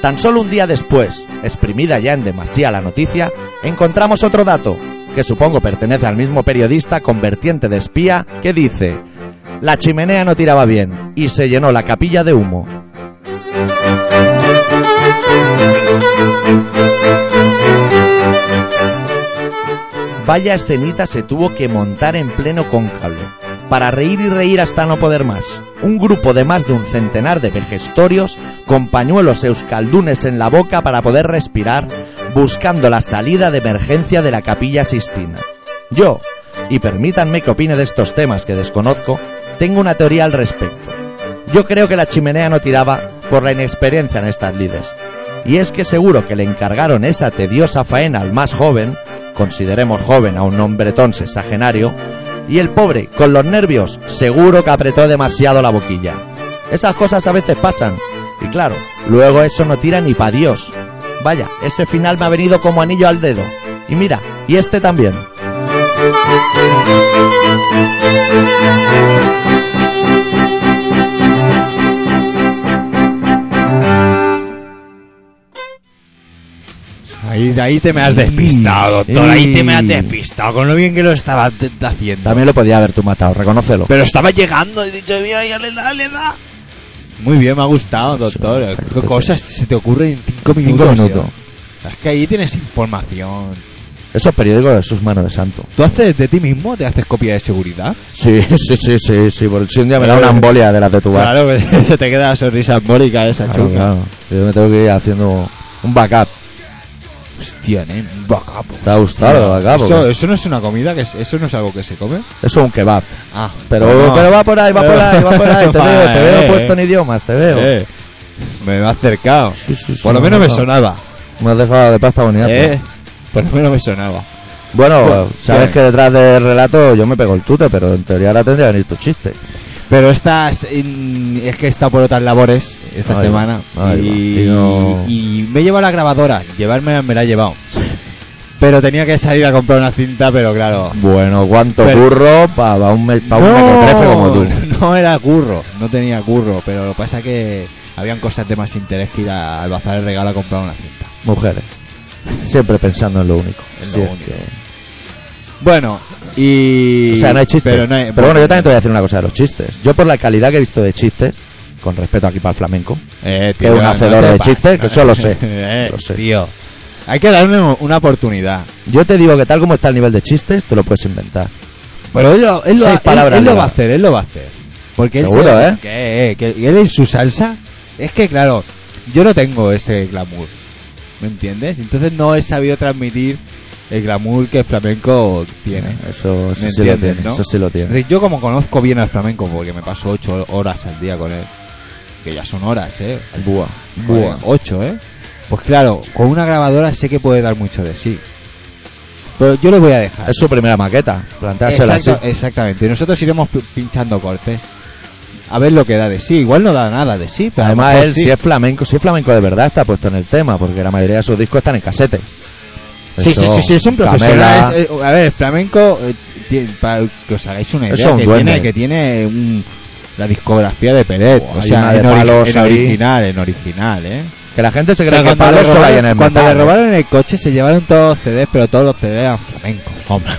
Tan solo un día después, exprimida ya en demasía la noticia, encontramos otro dato, que supongo pertenece al mismo periodista convertiente de espía, que dice, la chimenea no tiraba bien y se llenó la capilla de humo. Vaya escenita se tuvo que montar en pleno cóncable, para reír y reír hasta no poder más. Un grupo de más de un centenar de vejestorios, con pañuelos euskaldunes en la boca para poder respirar, buscando la salida de emergencia de la capilla Sistina. Yo, y permítanme que opine de estos temas que desconozco, tengo una teoría al respecto. Yo creo que la chimenea no tiraba por la inexperiencia en estas lides. Y es que seguro que le encargaron esa tediosa faena al más joven, consideremos joven a un hombretón sexagenario, y el pobre, con los nervios, seguro que apretó demasiado la boquilla. Esas cosas a veces pasan, y claro, luego eso no tira ni pa' Dios. Vaya, ese final me ha venido como anillo al dedo. Y mira, y este también.
Ahí, ahí te me has despistado, doctor. Ahí te me has despistado con lo bien que lo estaba t- haciendo.
También lo podía haber tú matado, reconócelo.
Pero estaba llegando y he dicho, mira, ya le da, le da. Muy bien, me ha gustado, doctor.
Sí.
¿Qué cosas se te ocurren en cinco minutos?
Cinco minutos.
tío? Es que ahí tienes información.
Esos periódicos de sus manos de santo.
¿Tú haces de ti mismo? ¿Te haces copia de seguridad?
Sí, [laughs] sí, sí, sí, sí. Por si un día me da una embolia de las de tu bar.
Claro, [laughs] que se te queda la sonrisa mórica esa
Claro,
chunga.
claro. Yo me tengo que ir haciendo un backup.
Hostia, nen, un bacapo.
¿Te ha gustado el backup? o
Eso,
qué?
eso no es una comida, que es- eso no es algo que se come.
Eso es un kebab.
Ah,
Pero, pero va por ahí, va por ahí, va por ahí. Te veo, te veo puesto en idiomas, te veo.
Eh, me he acercado.
Sí, sí, sí,
Por lo
me
menos me
has dejado-
sonaba.
Me has dejado de pasta bonita.
Eh, por lo menos me sonaba.
Bueno,
Bueno,
sabes
bien.
que detrás del relato yo me pego el tute, pero en teoría ahora tendría que venir tu chiste.
Pero estas mm, es que he estado por otras labores esta
Ahí va,
semana
ahí
y,
va. Y no-
y me he llevado la grabadora. Llevarme me la he llevado. Pero tenía que salir a comprar una cinta, pero claro.
Bueno, cuánto
Pero-
curro para un, me- pa un mequetrefe como [laughs] tú.
no era curro, no tenía curro, pero lo que pasa que habían cosas de más interés que ir a- al bazar de regalo a comprar una cinta.
Mujeres. Siempre pensando en lo único.
En lo
Si es
único.
que-
Bueno, y...
O sea, no hay chistes.
Pero, no hay-
bueno, yo también te voy a decir una cosa de los chistes. Yo por la calidad que he visto de chistes, con respeto aquí para el flamenco,
Eh,
que es un
no,
hacedor
no te
de
pa-
chistes, que eso lo
[laughs]
sé,
Eh,
lo sé.
Tío, hay que darle un- una oportunidad.
yo te digo que tal como está el nivel de chistes, te lo puedes inventar.
Pero él lo, él lo-
Seis
él-
palabras
él lo
le
va a
das.
hacer, él lo va a hacer. Porque él
Seguro,
se-
¿eh?
Que, que- y él en su salsa. Es que, claro, yo no tengo ese glamour. ¿Me entiendes? Entonces no he sabido transmitir el glamour que el flamenco tiene.
Eso sí,
¿Me
sí lo
entiendes,
tiene.
no?
Eso sí lo
Es
tiene.
decir, yo como conozco bien al flamenco, porque me paso ocho horas al día con él, que ya son horas, ¿eh?
Buah.
Buah, 8, ¿eh? Pues claro, con una grabadora sé que puede dar mucho de sí. Pero yo le voy a dejar.
Es su primera maqueta, planteársela
Exacto-
así.
Exactamente. Y nosotros iremos pi- pinchando cortes. A ver lo que da de sí. Igual no da nada de sí, pero a lo
Además,
mejor
él,
sí.
si es flamenco, si es flamenco de verdad, está puesto en el tema, porque la mayoría de sus discos están en casete.
Sí, sí,
Eso,
sí, sí, es un
Camela,
profesional. es- eh, a ver, el flamenco, eh, ti- para que os hagáis una
Eso
idea,
es un
que
duende.
tiene, que tiene un- la discografía de Peret.
Buah,
o
hay
sea,
una de
en, ori-
palos
en
ahí.
original, en original, ¿eh?
Que la gente se
O
cree
sea,
que
cuando,
Pablo
le
solo hay en
robaron,
el
cuando
metal, ¿eh?
le robaron el coche se llevaron todos los CDs, pero todos los CDs eran flamencos.
[laughs]
Hombre.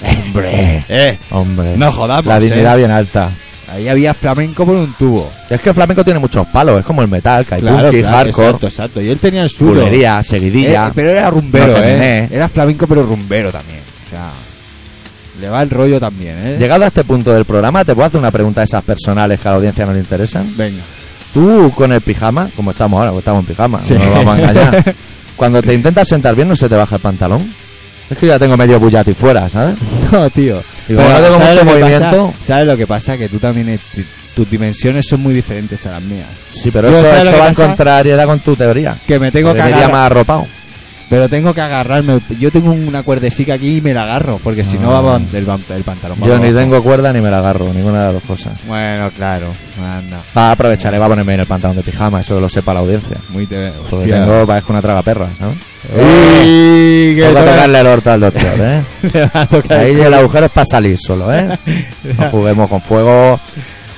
Hombre,
Eh,
hombre.
no jodamos.
la dignidad
eh.
bien alta.
Ahí había flamenco por un tubo.
Es que el flamenco tiene muchos palos, es como el metal, que hay punky, hardcore,
Exacto, exacto. Y él tenía el suyo.
bulería,
Eh,
seguidilla.
pero era rumbero,
No
¿eh?
terminé.
Era flamenco, pero rumbero también. O sea, le va el rollo también, ¿eh?
Llegado a este punto del programa, te puedo hacer una pregunta de esas personales que a la audiencia no le interesan.
Venga. [laughs]
Tú con el pijama, como estamos ahora, porque estamos en pijama,
Sí.
no nos vamos a
[laughs]
engañar. Cuando te intentas sentar bien, no se te baja el pantalón. Es que yo ya tengo medio bullati fuera, ¿sabes?
No, tío.
Y como no tengo
¿sabes
mucho
lo que
movimiento-
pasa? ¿Sabes lo que pasa? Que tú también... es- tus dimensiones son muy diferentes a las mías.
Sí, pero
Yo,
eso,
¿sabes lo
eso
que
va en
pasa?
contrariedad con tu teoría.
Que me tengo que
Porque me
agarrar...
llama arropado.
Pero tengo que agarrarme. Yo tengo una cuerdecica aquí y me la agarro. Porque si no
Ah.
va el, van- el pantalón. va
Yo ni
abajo.
tengo cuerda ni me la agarro, ninguna de las dos cosas.
Bueno, claro. Anda.
Va, aprovecharé, va a ponerme en el pantalón de pijama, eso que lo sepa la audiencia.
Muy te veo.
Porque tengo, parezco una traga perra, ¿no?
¡Uy! Que
Tengo que
toca-
tocarle el orto al doctor, [laughs] ¿eh?
[laughs] le va a
[laughs]
tocar
Ahí
el
el agujero es para salir solo, ¿eh? No juguemos con fuego.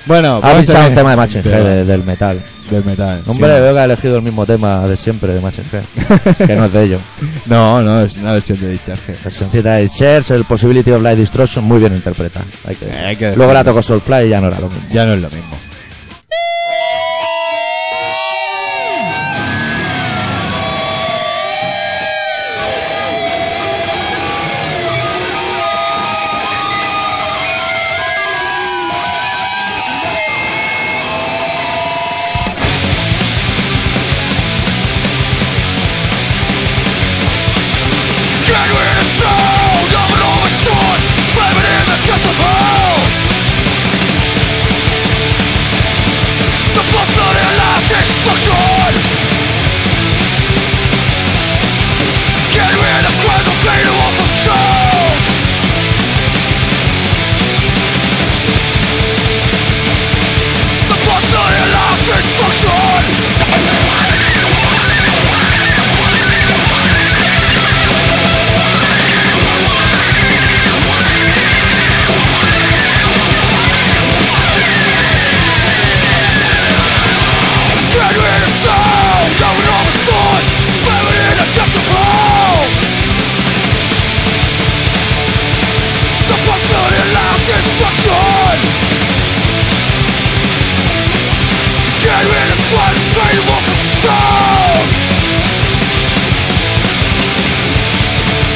Bueno,
Ha pinchado un tema de eh. Machine
machete
Head, de- del metal.
del metal.
Hombre,
sí.
veo que ha elegido el mismo tema de siempre de Machine Head, que no es de [laughs] ellos.
No, no, es una versión de discharge.
Versioncita de Church, el Possibility of Light Destruction, muy bien interpreta. Hay que...
Eh, hay que
Luego la tocó Soulfly y ya no era lo mismo.
Ya no es lo mismo.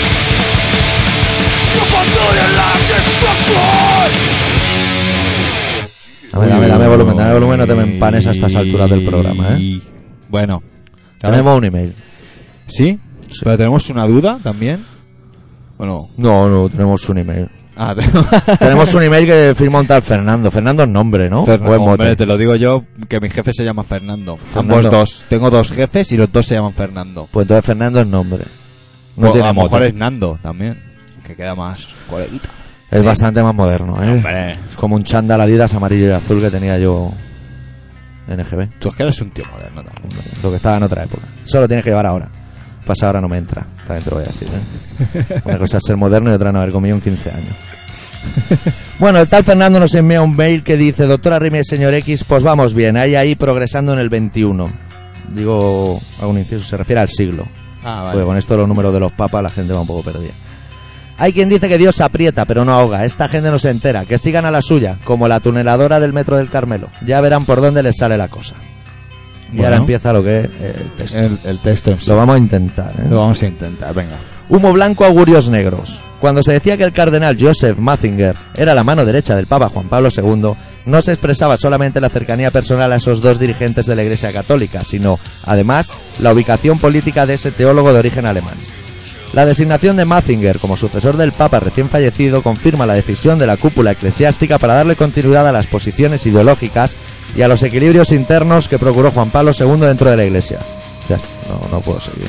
The
Dame,
Uy,
dame,
uy,
dame
uy,
volumen, dame
uy.
volumen, no te me empanes a estas alturas del programa, ¿eh?
Y- Bueno. A ver,
Tenemos un email.
¿Sí? ¿Pero tenemos una duda también? ¿O no?
No, no, tenemos un email.
Ah, [laughs]
tenemos un email que firma un tal Fernando. Fernando es nombre, ¿no?
Fernan-
O es mote.
Oh, hombre, te lo digo yo, que mi jefe se llama Fernando.
Fernando.
Ambos dos. Tengo dos jefes y los dos se llaman Fernando.
Pues entonces Fernando es nombre. No
O
tiene
Pues a lo mejor
mote.
es Nando también, que queda más coleguita.
Es bastante más moderno, ¿eh?
Hombre.
Es como un chándal Adidas amarillo y azul que tenía yo en EGB.
Tú es que eres un tío moderno también.
Lo que estaba en otra época. Eso lo tienes que llevar ahora. Pasa ahora no me entra. También te lo voy a decir, ¿eh? Una cosa es ser moderno y otra no haber comido en 15 años. Bueno, el tal Fernando nos envía un mail que dice, doctora Rime, señor X, pues vamos bien, ahí ahí progresando en el 21. Digo, algún inciso, se refiere al siglo.
Ah,
Porque con esto de los números de los papas la gente va un poco perdida. Hay quien dice que Dios aprieta, pero no ahoga. Esta gente no se entera. Que sigan a la suya, como la tuneladora del metro del Carmelo. Ya verán por dónde les sale la cosa. Y
Bueno.
ahora empieza lo que es eh, el texto.
El, el texto en sí.
Lo vamos a intentar. ¿eh?
Lo vamos a intentar, venga.
Humo blanco, augurios negros. Cuando se decía que el cardenal Joseph Mazinger era la mano derecha del Papa Juan Pablo II, no se expresaba solamente la cercanía personal a esos dos dirigentes de la Iglesia Católica, sino, además, la ubicación política de ese teólogo de origen alemán. La designación de Mazinger como sucesor del Papa recién fallecido confirma la decisión de la cúpula eclesiástica para darle continuidad a las posiciones ideológicas y a los equilibrios internos que procuró Juan Pablo II dentro de la Iglesia. Ya está, no, no puedo seguir.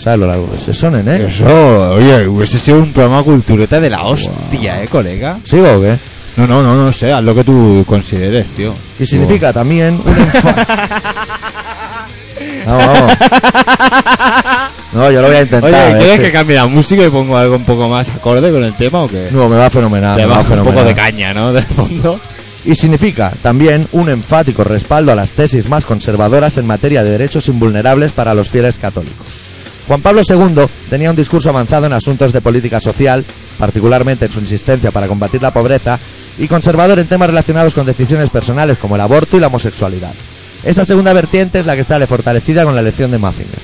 ¿Sabes lo largo que se sonen, eh?
Eso, oye, hubiese sido un programa cultureta de la hostia, ¿eh, colega?
¿Sigo o qué?
No, no, no, no sé, haz lo que tú consideres, tío.
Y significa también [laughs] un enfado. Vamos, vamos. No, yo lo voy a intentar. eh,
Oye,
a ver
¿quieres
si-
que cambie la música y pongo algo un poco más acorde con el tema o qué?
No, me va fenomenal.
Te
me va
bajo un
fenomenal.
poco de caña, ¿no? [laughs] De fondo.
y significa también un enfático respaldo a las tesis más conservadoras en materia de derechos invulnerables para los fieles católicos. Juan Pablo II tenía un discurso avanzado en asuntos de política social, particularmente en su insistencia para combatir la pobreza, y conservador en temas relacionados con decisiones personales como el aborto y la homosexualidad. Esa segunda vertiente es la que sale fortalecida con la elección de Mazinger.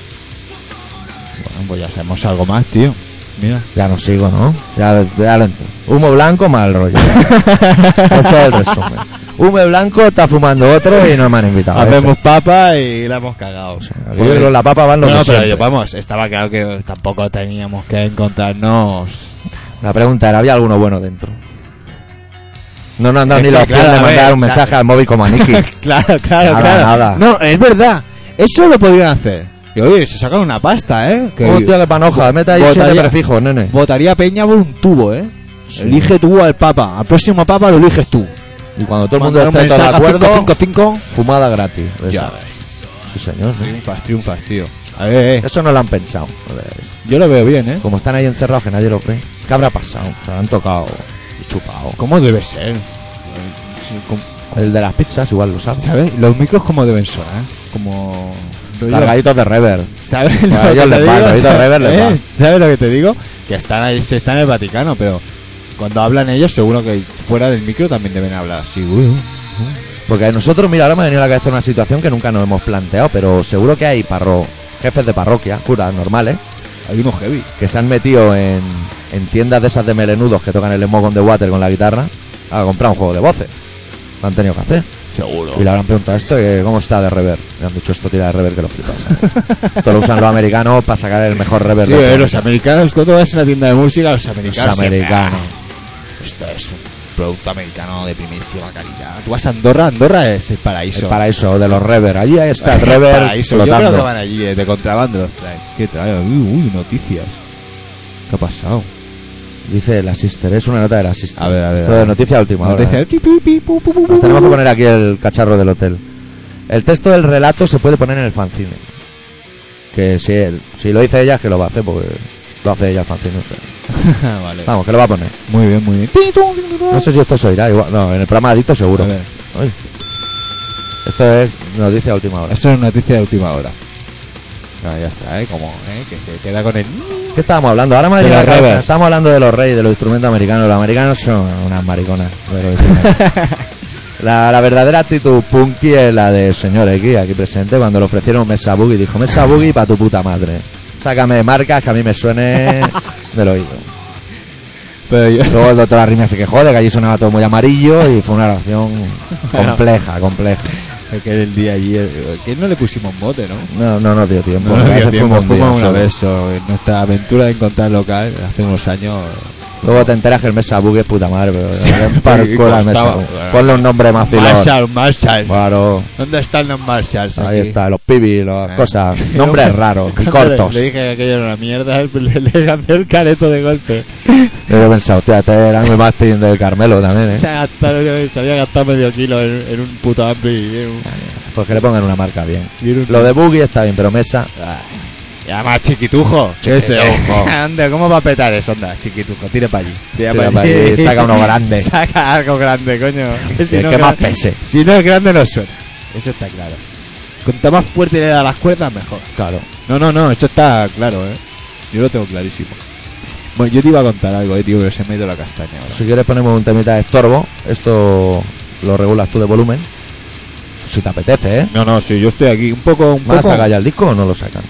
Bueno, pues ya hacemos algo más, tío. [laughs] Mira.
Ya no sigo, ¿no? Ya, ya lo entiendo. Humo blanco, mal [laughs] rollo. Ese es el resumen. Humo blanco, está fumando otro y no me han invitado.
Hacemos papa y la hemos cagado.
Ese. Yo creo que la papa van los
no,
de
no, pero
siempre.
yo, vamos, estaba claro que tampoco teníamos que encontrarnos.
La pregunta era, ¿había alguno bueno dentro? No nos han dado
Es
ni
que,
la opción
claro,
de
a ver,
mandar un
claro.
mensaje al móvil como a
[laughs]
Nicky.
Claro, claro,
Nada,
claro.
nada.
No, es verdad. Eso lo podrían hacer. Y oye, se sacan una pasta, ¿eh? Que
Un tío de panoja, meta ahí siete
Votaría.
prefijos, nene.
votaría Peña por un tubo, ¿eh? Elige tú al papa. Al próximo papa lo eliges tú.
Y cuando todo el mundo esté todo de
Mandar un mensaje
acuerdo, Pues
555.
fumada gratis. de
Ya
esa.
ves.
Sí, señor.
Triunfas, triunfas, tío. A ver, eh,
Eso no lo han pensado. no lo veréis.
yo lo veo bien, ¿eh?
Como están ahí encerrados que nadie lo ve. ¿Qué habrá pasado? Se lo han tocado y chupado.
¿Cómo debe ser?
El de las pizzas igual lo sabe.
¿Sabes? Los micros como deben sonar. Como...
Cargaditos de rever.
¿Sabes
A ellos les va, a Benito Rever les va.
¿Eh? ¿Sabes lo que te digo? Que están ahí, se está en el Vaticano, pero cuando hablan ellos, seguro que fuera del micro también deben hablar así. uy, uy.
Porque a nosotros, mira, ahora me ha venido a la cabeza una situación que nunca nos hemos planteado, pero seguro que hay parro, jefes de parroquia, curas normales,
Hay unos heavy.
que se han metido en, en tiendas de esas de melenudos que tocan el Smoke on the Water con la guitarra a comprar un juego de voces. Lo han tenido que hacer.
Seguro.
Y le habrán preguntado esto, eh, ¿cómo está de rever? Le han dicho esto tira de rever que lo flipas. [laughs] ¿sabes? esto lo usan los americanos para sacar el mejor rever
Sí,
del
eh,
mundo.
los americanos, cuando vas a una tienda de música, los
Los
americanos. siempre,
americanos.
"Ah, Esto es un producto americano de primerísima calidad. Tú vas a Andorra, Andorra es el paraíso.
El paraíso de los rever. Allí está el
El
rever.
paraíso. Yo creo que
flotando.
van allí eh, de contrabando. los traen. ¿Qué trae? Uy, uy, noticias. ¿Qué ha pasado?
Dice la sister, es una nota de la sister.
A ver, a ver,
Esto
a
de
ver.
noticia de última hora,
Noticias.
¿eh? Nos
[laughs]
tenemos que poner aquí el cacharro del hotel. El texto del relato se puede poner en el fanzine. Que si, él- si lo dice ella, que lo va a hacer, porque lo hace ella el fanzine. o sea.
Ah, vale.
Vamos, que lo va a poner.
Muy bien, muy bien.
No sé si esto se oirá, igual. No, en el programa Adicto seguro.
A ver.
Ay. Esto es noticia de última hora.
Eso es noticia de última hora. Ah, ya está, ¿eh? Como, ¿eh? Que se queda con el...
¿Qué estábamos hablando? Ahora me ha
De
venido a
los
la cabeza.
revers.
Estamos hablando de los reyes, de los instrumentos americanos. Los americanos son unas mariconas. pero
[laughs]
la, la verdadera actitud punky es la de señor X, aquí presente, cuando le ofrecieron Mesa Boogie. Dijo,
[laughs]
Mesa Boogie para tu
[laughs]
puta madre. Sácame marcas que a mí me suene del oído.
Pero [laughs] yo-
Luego el doctor Arrimia se quejó de que allí sonaba todo muy amarillo y fue una
[laughs]
relación compleja, compleja.
Aquel día allí, eh, que no le pusimos mote, ¿no?
No, no, no dio tiempo.
No, no
A veces
había tiempo,
fuimos un día
fuimos una
solo.
vez solo. En nuestra aventura de encontrar local hace unos años.
Luego te enteras que el mesa bug es puta madre, pero un
y
parkour al mesa
costaba.
bug. Ponle un nombre más filón.
Marshall, Marshall.
Claro,
¿Dónde están los Marshalls?
ahí
aquí?
está, los pibis, las
Eh.
cosas.
[laughs]
Nombres raros y cortos.
Le, le dije que aquello era una mierda, [laughs] le, le lancé el careto de golpe.
¿Eh? Yo he pensado, hostia, este era el Mastin del Carmelo también, ¿eh?
Se, ha gastado- se había gastado medio kilo en, en un puto ampli y en un-
Pues que le pongan una marca bien.
y en un-
Lo de Boogie está bien, pero Mesa.
Y además chiquitujo. Eh,
Ese ojo.
[laughs] Anda, ¿cómo va a petar eso? Anda, chiquitujo, tire para allí. Tira
Tira
pa'
pa' allí, saca
[laughs]
uno grande.
Saca algo grande, coño. Que
el que
es
más
gra-
pese.
Si no es grande, no suena. Eso está claro. Cuanto más fuerte le da las cuerdas, mejor.
Claro.
No, no, no, eso está claro, eh. Yo lo tengo clarísimo. Bueno, yo te iba a contar algo, eh, tío, pero se me ha ido la castaña ahora.
Si quieres ponemos un temita de estorbo. Esto lo regulas tú de volumen. Si te apetece, ¿eh?
No, no, sí, yo estoy aquí un poco, un
¿Vas a
poco.
sacar ya el disco o no lo sacan?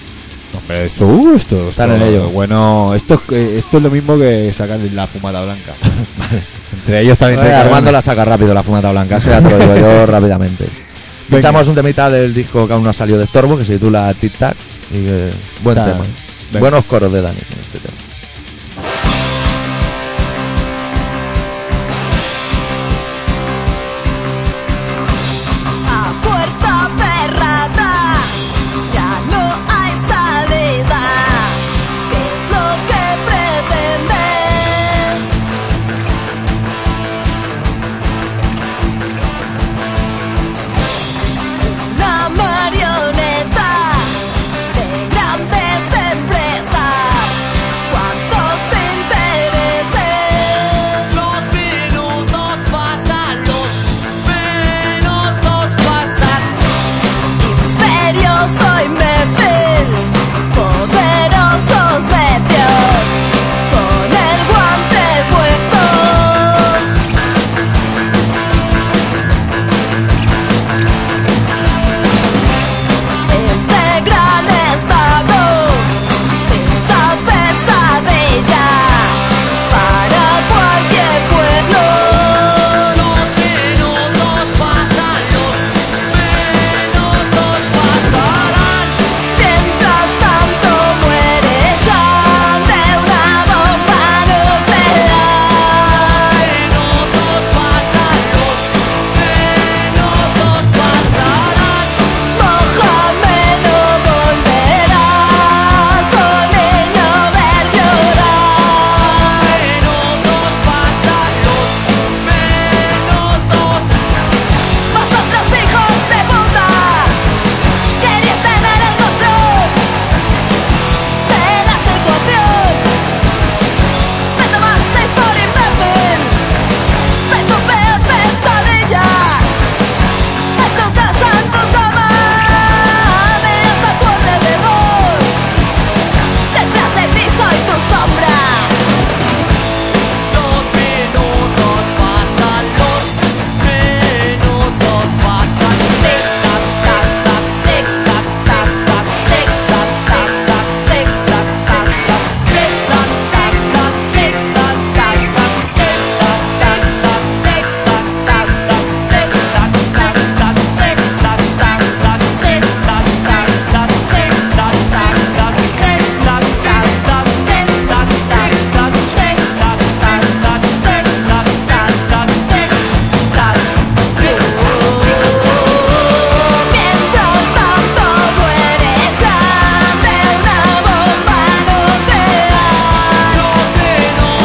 Hombre, esto, uh, esto,
Están
esto-
en ello.
Bueno, esto, es que- esto es lo mismo que sacar la fumada blanca. [laughs] Entre ellos también
Eh,
se
Armando la saca rápido, la fumata blanca. Eso [laughs] ya te lo digo yo rápidamente.
[laughs] Venga.
Echamos un temita del disco que aún no ha salido de estorbo, que se titula Tic Tac. Y que- buen
Tac.
tema.
Venga.
Buenos coros de Dani en este tema.
a puerta cerrada ya no hay salida ¿qué es lo que pretendes? una marioneta de grandes empresas cuántos intereses los minutos pasan los minutos pasan imperioso imbécil poderosos de Dios con el guante puesto Este gran estado esta pesadilla para cualquier pueblo. Los minutos pasan, los minutos pasarán. Mientras tanto muere ya de una bomba nuclear. Minutos pasan, los minutos pasarán. Mohamed no volverá, solo Oh, niño ver llorar. Minutos pasan los minutos. Vosotros hijos de puta, queréis tener el control de la situación. Me tomasteis por imbécil, soy tu peor pesadilla. En tu casa, en tu cama, amenaza a tu alrededor. Detrás de ti soy tu sombra. Los minutos pasan, los minutos pasan. Tic tac tac tic tac tac tac, tic tac tac tac, tic tac tac tac, tic tac tac tac, tic tac tac tac, tic tac tac tac, tic tac tac tac, tic tac tac tac, tic tac tac tac, tic tac tac tac, tic tac tac tac, tic tac tac tac, tic tac tac tac, tic tac tac tac, tic tac tac tac, tic Mientras tanto muere ya de una bomba nuclear. Los minutos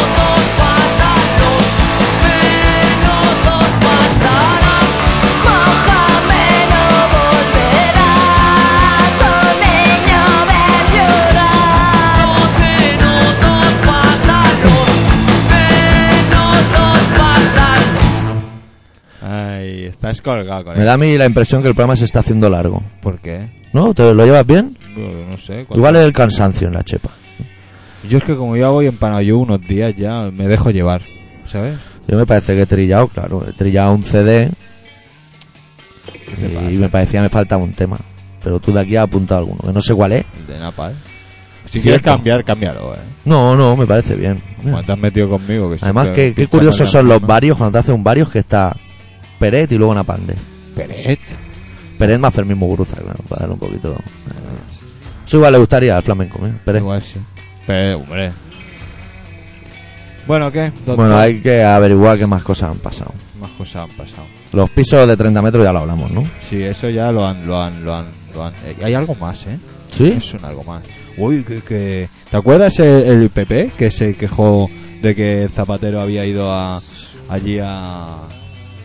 pasan, los minutos pasarán. Mohamed no volverá, solo niño ver llorar. Los minutos pasan, los minutos pasan.
Ay, estás colgado con
Me da a mí la impresión que el programa se está haciendo largo.
¿Por qué?
¿No? ¿Te lo llevas bien?
No, no sé. cuando-
Igual es el cansancio en la chepa.
Yo es que como ya voy empanado yo unos días ya me dejo llevar, ¿sabes?
Yo me parece que he trillado, claro. He trillado un CD. Y me parecía me faltaba un tema. Pero tú de aquí has apuntado alguno, que no sé cuál es.
El de Napal. Si quieres
Cierto.
cambiar, cámbialo, eh.
No, no, me parece bien.
Como te has metido conmigo. Que
Además,
siempre
qué, qué
pinchan
curiosos
en
son los
misma.
varios, cuando te hace un varios que está Peret y luego Napande.
Peret.
este, Peret más Fermín Muguruza, claro, para darle un poquito... Eso igual le gustaría al flamenco, ¿eh? Peret.
Igual sí. Peret, hombre. Bueno, ¿qué? ¿Dónde
Bueno, hay que averiguar qué más cosas han pasado.
Más cosas han pasado.
Los pisos de 30 metros ya lo hablamos, ¿no?
Sí, eso ya lo han, lo han, lo han, lo han- eh, Hay algo más, ¿eh?
¿Sí?
Es un algo más. Uy, que, que- ¿Te acuerdas el, el PP que se quejó de que Zapatero había ido a allí a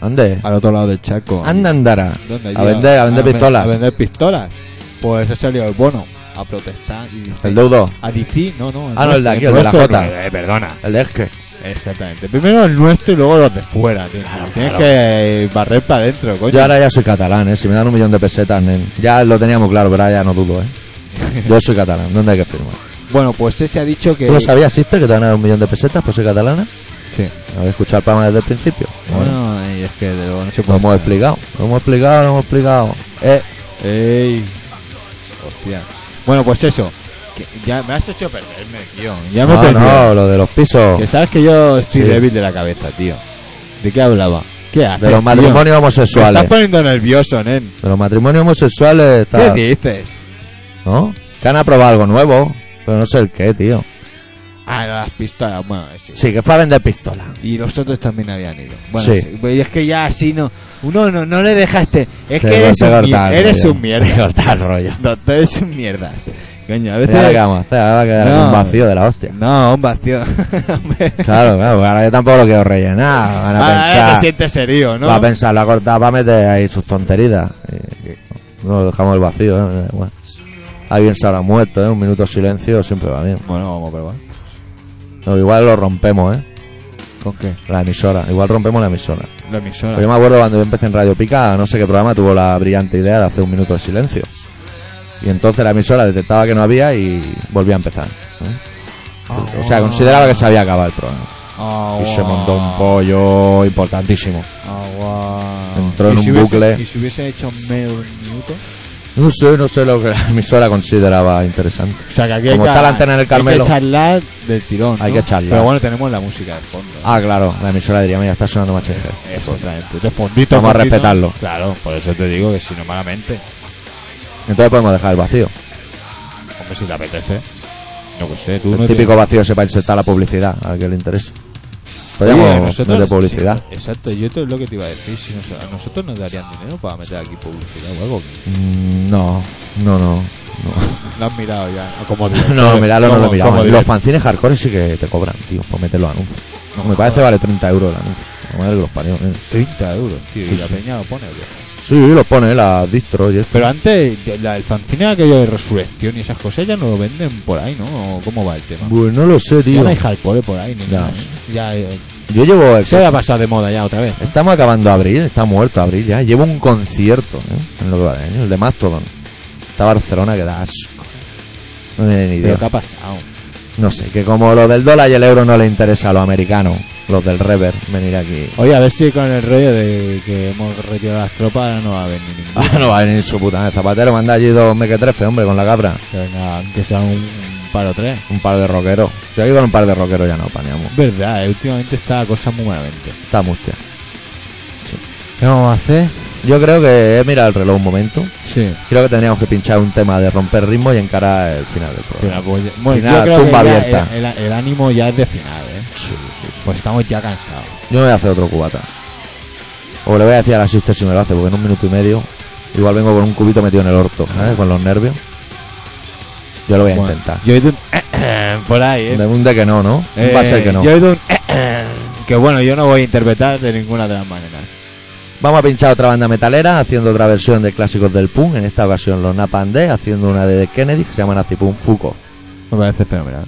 Ande.
al otro lado del charco?
Anda, andara.
Ah, ¿Dónde?
A
Allí
vender, a vender
ven-
pistolas.
A vender pistolas. Pues ha salido el bono a protestar. Y,
El deudo.
A DC, no, no.
Ah, no, el de aquí, el de la
nuestro,
Jota.
eh, perdona.
El de Esque.
Exactamente. Primero el nuestro y luego los de fuera, tío. Tienes que barrer para adentro, coño.
Yo ahora ya soy catalán, ¿eh? Si me dan un millón de pesetas, nen. Ya lo teníamos claro, pero ahora ya no dudo, ¿eh?
[laughs]
Yo soy catalán, ¿dónde hay que firmar?
Bueno, pues ese ha dicho que.
¿Tú lo sabías, Sister, que te van a dar un millón de pesetas por ser catalana?
Sí.
¿Habéis escuchado el programa desde el principio? Bueno,
Bueno, y es que de luego no se
lo
puede.
hemos explicado, lo hemos explicado, lo hemos explicado. Eh,
Ey. Hostia. Bueno, pues eso. Que ya me has hecho perderme, tío. Ya me he
no,
perdido.
no, lo de los pisos,
Que sabes que yo estoy
Sí.
débil de la cabeza, tío. ¿De qué hablaba? ¿Qué haces?
de los
tío?
matrimonios
Me estás
homosexuales.
poniendo nervioso, nen.
De los matrimonios homosexuales,
¿Qué
está,
dices?
¿no? Que han aprobado algo nuevo, pero no sé el qué, tío.
Ah, las pistolas. Bueno, es igual.
Sí, que fue a vender pistola.
Y los otros también habían ido. Bueno,
Sí.
sí, pues es que ya así no. Uno no, no le dejaste. Es
Te
que
lo-
eres
te
un,
corta
mier-
el
eres
rollo.
un mierda.
Te corta el rollo.
Doctor, eres un mierdas. Coño, a
Ya ahora
veces.
qué vamos a hacer, ahora va a quedar
No.
un vacío de la hostia.
No, un vacío. [laughs] Hombre.
Claro, claro, porque ahora yo tampoco lo quiero rellenar. Van a
Ahora
pensar.
te sientes serio, ¿no?
Va a pensar, la corta va a meter ahí sus tonterías. Eh, No dejamos el vacío, ¿eh? da igual. Alguien se habrá muerto, ¿eh? Un minuto de silencio siempre va bien.
Bueno, vamos a probar.
No, igual lo rompemos, ¿eh?
¿Con qué?
La emisora. Igual rompemos la emisora.
La
Pero
emisora.
Pues yo me acuerdo cuando yo empecé en Radio Pica, no sé qué programa, tuvo la brillante idea de hacer un minuto de silencio. Y entonces la emisora detectaba que no había y volvía a empezar. ¿eh? O sea, consideraba que se había acabado el programa.
Ah,
Y se montó un pollo importantísimo. Entró en
¿Y
un
si hubiese-
bucle.
¿Y si hubiese hecho medio minuto?
No sé, no sé lo que la emisora consideraba interesante.
O sea, que aquí hay
Como
que-
está la antena en el Carmelo.
Hay que charlar del tirón.
Hay
¿no?
que charlar.
Pero bueno, tenemos la música de fondo.
Ah, claro, la emisora diría, mira, está sonando Machete.
Exactamente. De fondito.
pues, Vamos a
fondito.
respetarlo.
Claro, por eso te digo que si no malamente.
Entonces podemos dejar el vacío.
Hombre, si te apetece. No que sé, tú
El
no te-
típico vacío ese para insertar la publicidad, al que le interesa. Podríamos
Oye,
meter publicidad.
sí, exacto, yo esto es lo que te iba a decir. Si nos- a nosotros nos darían dinero para meter aquí publicidad o algo.
Mm, No, no, no.
Lo has mirado ya. ¿no? [laughs] Como
[laughs]
director.
No, miralo, no
Como-
lo miraba.
como
Los
director.
fanzines hardcore sí que te cobran, tío, por meter los anuncios. Me
Ah.
parece vale 30 euros el anuncio. La madre que los parió. eh.
30 euros, tío.
Sí,
y la
sí.
peña lo pone, tío.
Sí, lo pone la distro y esto.
Pero antes, de- la, el fanzine aquello de resurrección y esas cosas ya no lo venden por ahí, ¿no? ¿O ¿Cómo va el tema?
Pues no lo sé,
Ya
tío.
no hay hardcore por ahí, ni
Ya.
nada. Ya, eh,
Yo llevo...
se había pasado de moda ya otra vez.
Estamos acabando abril, está muerto abril ya. Llevo un concierto ¿eh? en lo que va de año, el de Mastodon. Está Barcelona que da asco. No tiene ni idea.
Pero ¿qué ha pasado?
No sé, que como lo del dólar y el euro no le interesa a los americanos, los del rever, venir aquí. [laughs]
Oye, a ver si con el rollo de que hemos retirado las tropas ahora no va a haber ni ningún.
Ah, no va a venir su puta madre. Zapatero manda allí dos mequetrefes, hombre, con la cabra.
Que venga, que sea un, un par o tres.
Un par de rockeros. Yo aquí con un par de rockeros ya no paneamos.
Verdad, eh, últimamente está la cosa muy malamente.
Está mustia.
¿Qué vamos a hacer?
Yo creo que he mirado el reloj un momento.
Sí.
Creo que tendríamos que pinchar un tema de romper ritmo y encarar el final del programa.
Bueno, pues, bueno,
Final,
yo creo
tumba
que ya
abierta.
El, el- el ánimo ya es de final, ¿eh? Pues estamos ya cansados.
Yo me voy a hacer otro cubata. O le voy a decir a la sister si me lo hace, porque en un minuto y medio igual vengo con un cubito metido en el orto, ¿sabes? Con los nervios. Yo lo voy a
Ah. Bueno,
intentar.
Yo he ido un [coughs] por ahí, ¿eh?
De un de que no, ¿no?
Eh,
Un va a ser que no.
Yo he ido un [coughs] que bueno, yo no voy a interpretar de ninguna de las maneras.
Vamos a pinchar otra banda metalera haciendo otra versión de clásicos del punk. En esta ocasión los Napandé haciendo una de The Kennedy que se llama Nazi Punk Fuco.
Me parece fenomenal.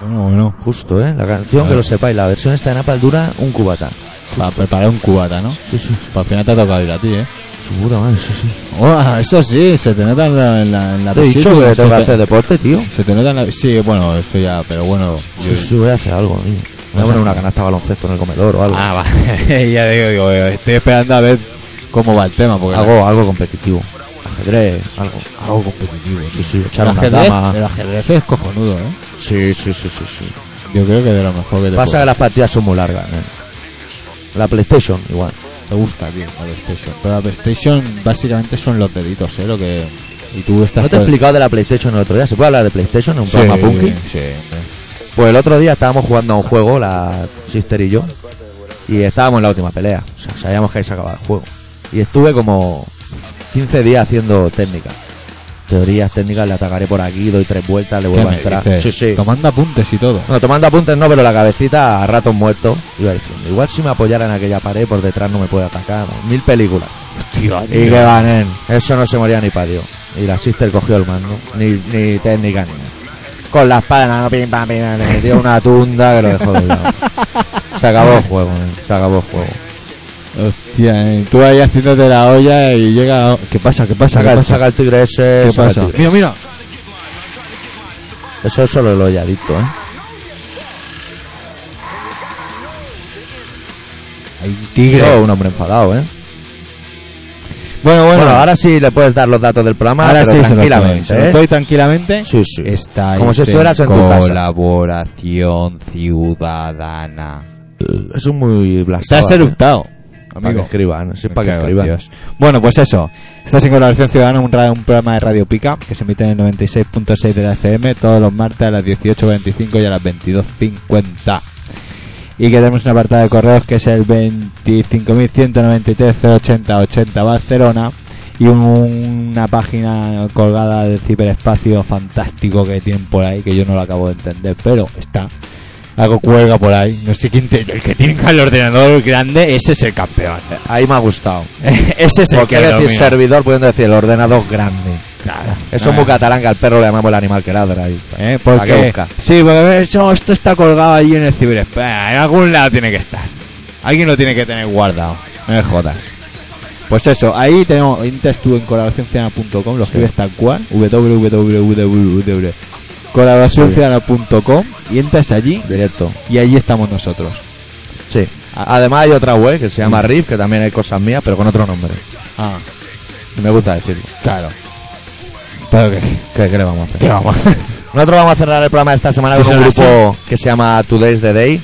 Ah,
Bueno, bueno.
Justo, ¿eh? La canción, que lo sepáis, la versión está en Apple dura un cubata.
Para preparar un cubata, ¿no?
Sí, sí.
Para final te ha tocado ir a ti, ¿eh.
Su puta madre, sí, sí.
Buah, eso sí, se te nota en la, en la, en la
Te he dicho
vesícula,
que
se
tengo que
te-
hacer deporte, tío.
Se te nota en la... Sí, bueno, eso ya, pero bueno... yo-
Sí, sí, voy a hacer algo, tío. Voy a poner una canasta de baloncesto en el comedor o algo.
Ah, vale. [laughs] ya digo, digo, estoy esperando a ver cómo va el tema, porque...
Algo, algo competitivo. Ajedrez, algo. Algo competitivo. Sí, sí.
el
Echar una
ajedrez,
dama.
el ajedrez es cojonudo, ¿eh?
Sí, sí, sí, sí, sí.
Yo creo que de lo mejor que te
Pasa
puede-
que las partidas son muy largas, ¿eh? La PlayStation, igual.
Te gusta, tío, la PlayStation. Pero la PlayStation básicamente son los deditos, ¿eh? Lo que... Y tú estás...
¿No te he
con-
explicado de la PlayStation el otro día? ¿Se puede hablar de PlayStation en un
Sí,
programa punky?
sí, hombre.
Pues el otro día estábamos jugando a un juego, la sister y yo, y estábamos en la última pelea. O sea, sabíamos que se acababa el juego. Y estuve como 15 días haciendo técnicas. Teorías técnicas, le atacaré por aquí, doy tres vueltas, le
¿Qué
vuelvo a
me
entrar.
dices?
Sí, sí.
Tomando apuntes y todo.
Bueno, tomando apuntes no, pero la cabecita a ratos muertos iba diciendo, igual si me apoyara en aquella pared por detrás no me puede atacar. Mil películas. Y que van en. Eso no se moría ni para Dios. Y la sister cogió el mando. Ni, ni técnica ni nada. Con la espada, en la mano, pim, pam, pim, pam, le metió una tunda que lo dejó de lado. Se acabó el juego, eh. se acabó el juego.
Hostia, eh, tú ahí haciéndote la olla y llega... ¿Qué pasa? ¿Qué pasa?
Saca,
¿Qué
el-
pasa?
saca el tigre ese,
¿Qué
saca el
pasa?
tigre.
Mira, mira.
Eso es solo el holladito, eh.
Hay un
Eso
tigre.
es un hombre enfadado, eh.
Bueno,
Bueno,
bueno.
ahora sí le puedes dar los datos del programa,
ahora
pero
sí se lo doy,
tranquilamente,
se lo
eh.
doy tranquilamente.
Sí, sí.
Estáis
Como si estuvieras en tu casa.
colaboración ciudadana.
Eso es muy blasfemo.
Estás eructado,
Para que
amigo.
escriban, sí,
Me
para que
cago en
escriban.
Dios. Bueno, pues eso. Estás en Colaboración Ciudadana, un, ra- un programa de Radio Pica que se emite en el 96.6 de la FM todos los martes a las 18.25 y a las 22.50. Y que tenemos un apartado de correos que es el 25.193.080.80 Barcelona y un- una página colgada del ciberespacio fantástico que tienen por ahí que yo no lo acabo de entender, pero está. Algo cuelga por ahí. No sé quién te- el que tiene el ordenador grande, ese es el campeón.
Ahí me ha gustado.
[laughs] Ese es el
¿Por
que
qué decir
domina.
servidor pudiendo decir el ordenador grande?
Claro.
Eso es muy catalán que al perro le llamamos el animal que ladra. ahí.
¿Eh?
¿Para qué
Porque,
busca?
sí, porque eso, esto está colgado allí en el ciberespacio. En algún lado tiene que estar. Alguien lo tiene que tener guardado. No me jodas. Pues eso, ahí tenemos entras tú en colaboracionciudadana.com, lo escribes tal cual, www.colaboracionciudadana.com y entras allí
Directo.
y allí estamos nosotros.
Sí. A- Además hay otra web que se llama RIP, que también hay cosas mías, pero con otro nombre.
Ah,
Y me gusta decirlo.
claro. Pero que,
¿Qué, qué le vamos a hacer?
que vamos.
Nosotros vamos a cerrar el programa esta semana
Sí,
con un
son
grupo que se llama Today's the Day,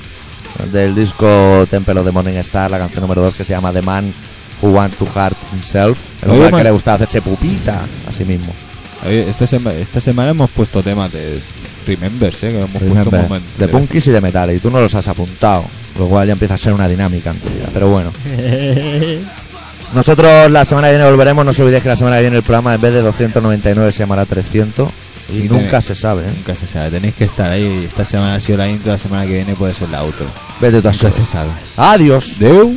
del disco Temple of the Morning Star, la canción número 2 que se llama The Man Who Wants to Hurt Himself. El
Oye,
hombre al que
man.
le gustaba hacerse pupita a sí mismo.
Oye, esta, sema- esta semana hemos puesto temas de Remembers, ¿eh? que hemos puesto un
Remember,
momento.
de punkis y de metal, y tú no los has apuntado, lo cual ya empieza a ser una dinámica en tu vida, pero
[laughs]
bueno. Nosotros la semana que viene volveremos, no os olvidéis que la semana que viene el programa en vez de 299 se llamará 300 y,
Y
nunca
tiene-
se sabe, ¿eh?
Nunca se sabe, tenéis que estar ahí. Esta semana ha sido la intro, la semana que viene puede ser la outro.
Vete tú a
Nunca
saber.
se sabe.
Adiós.
Deu.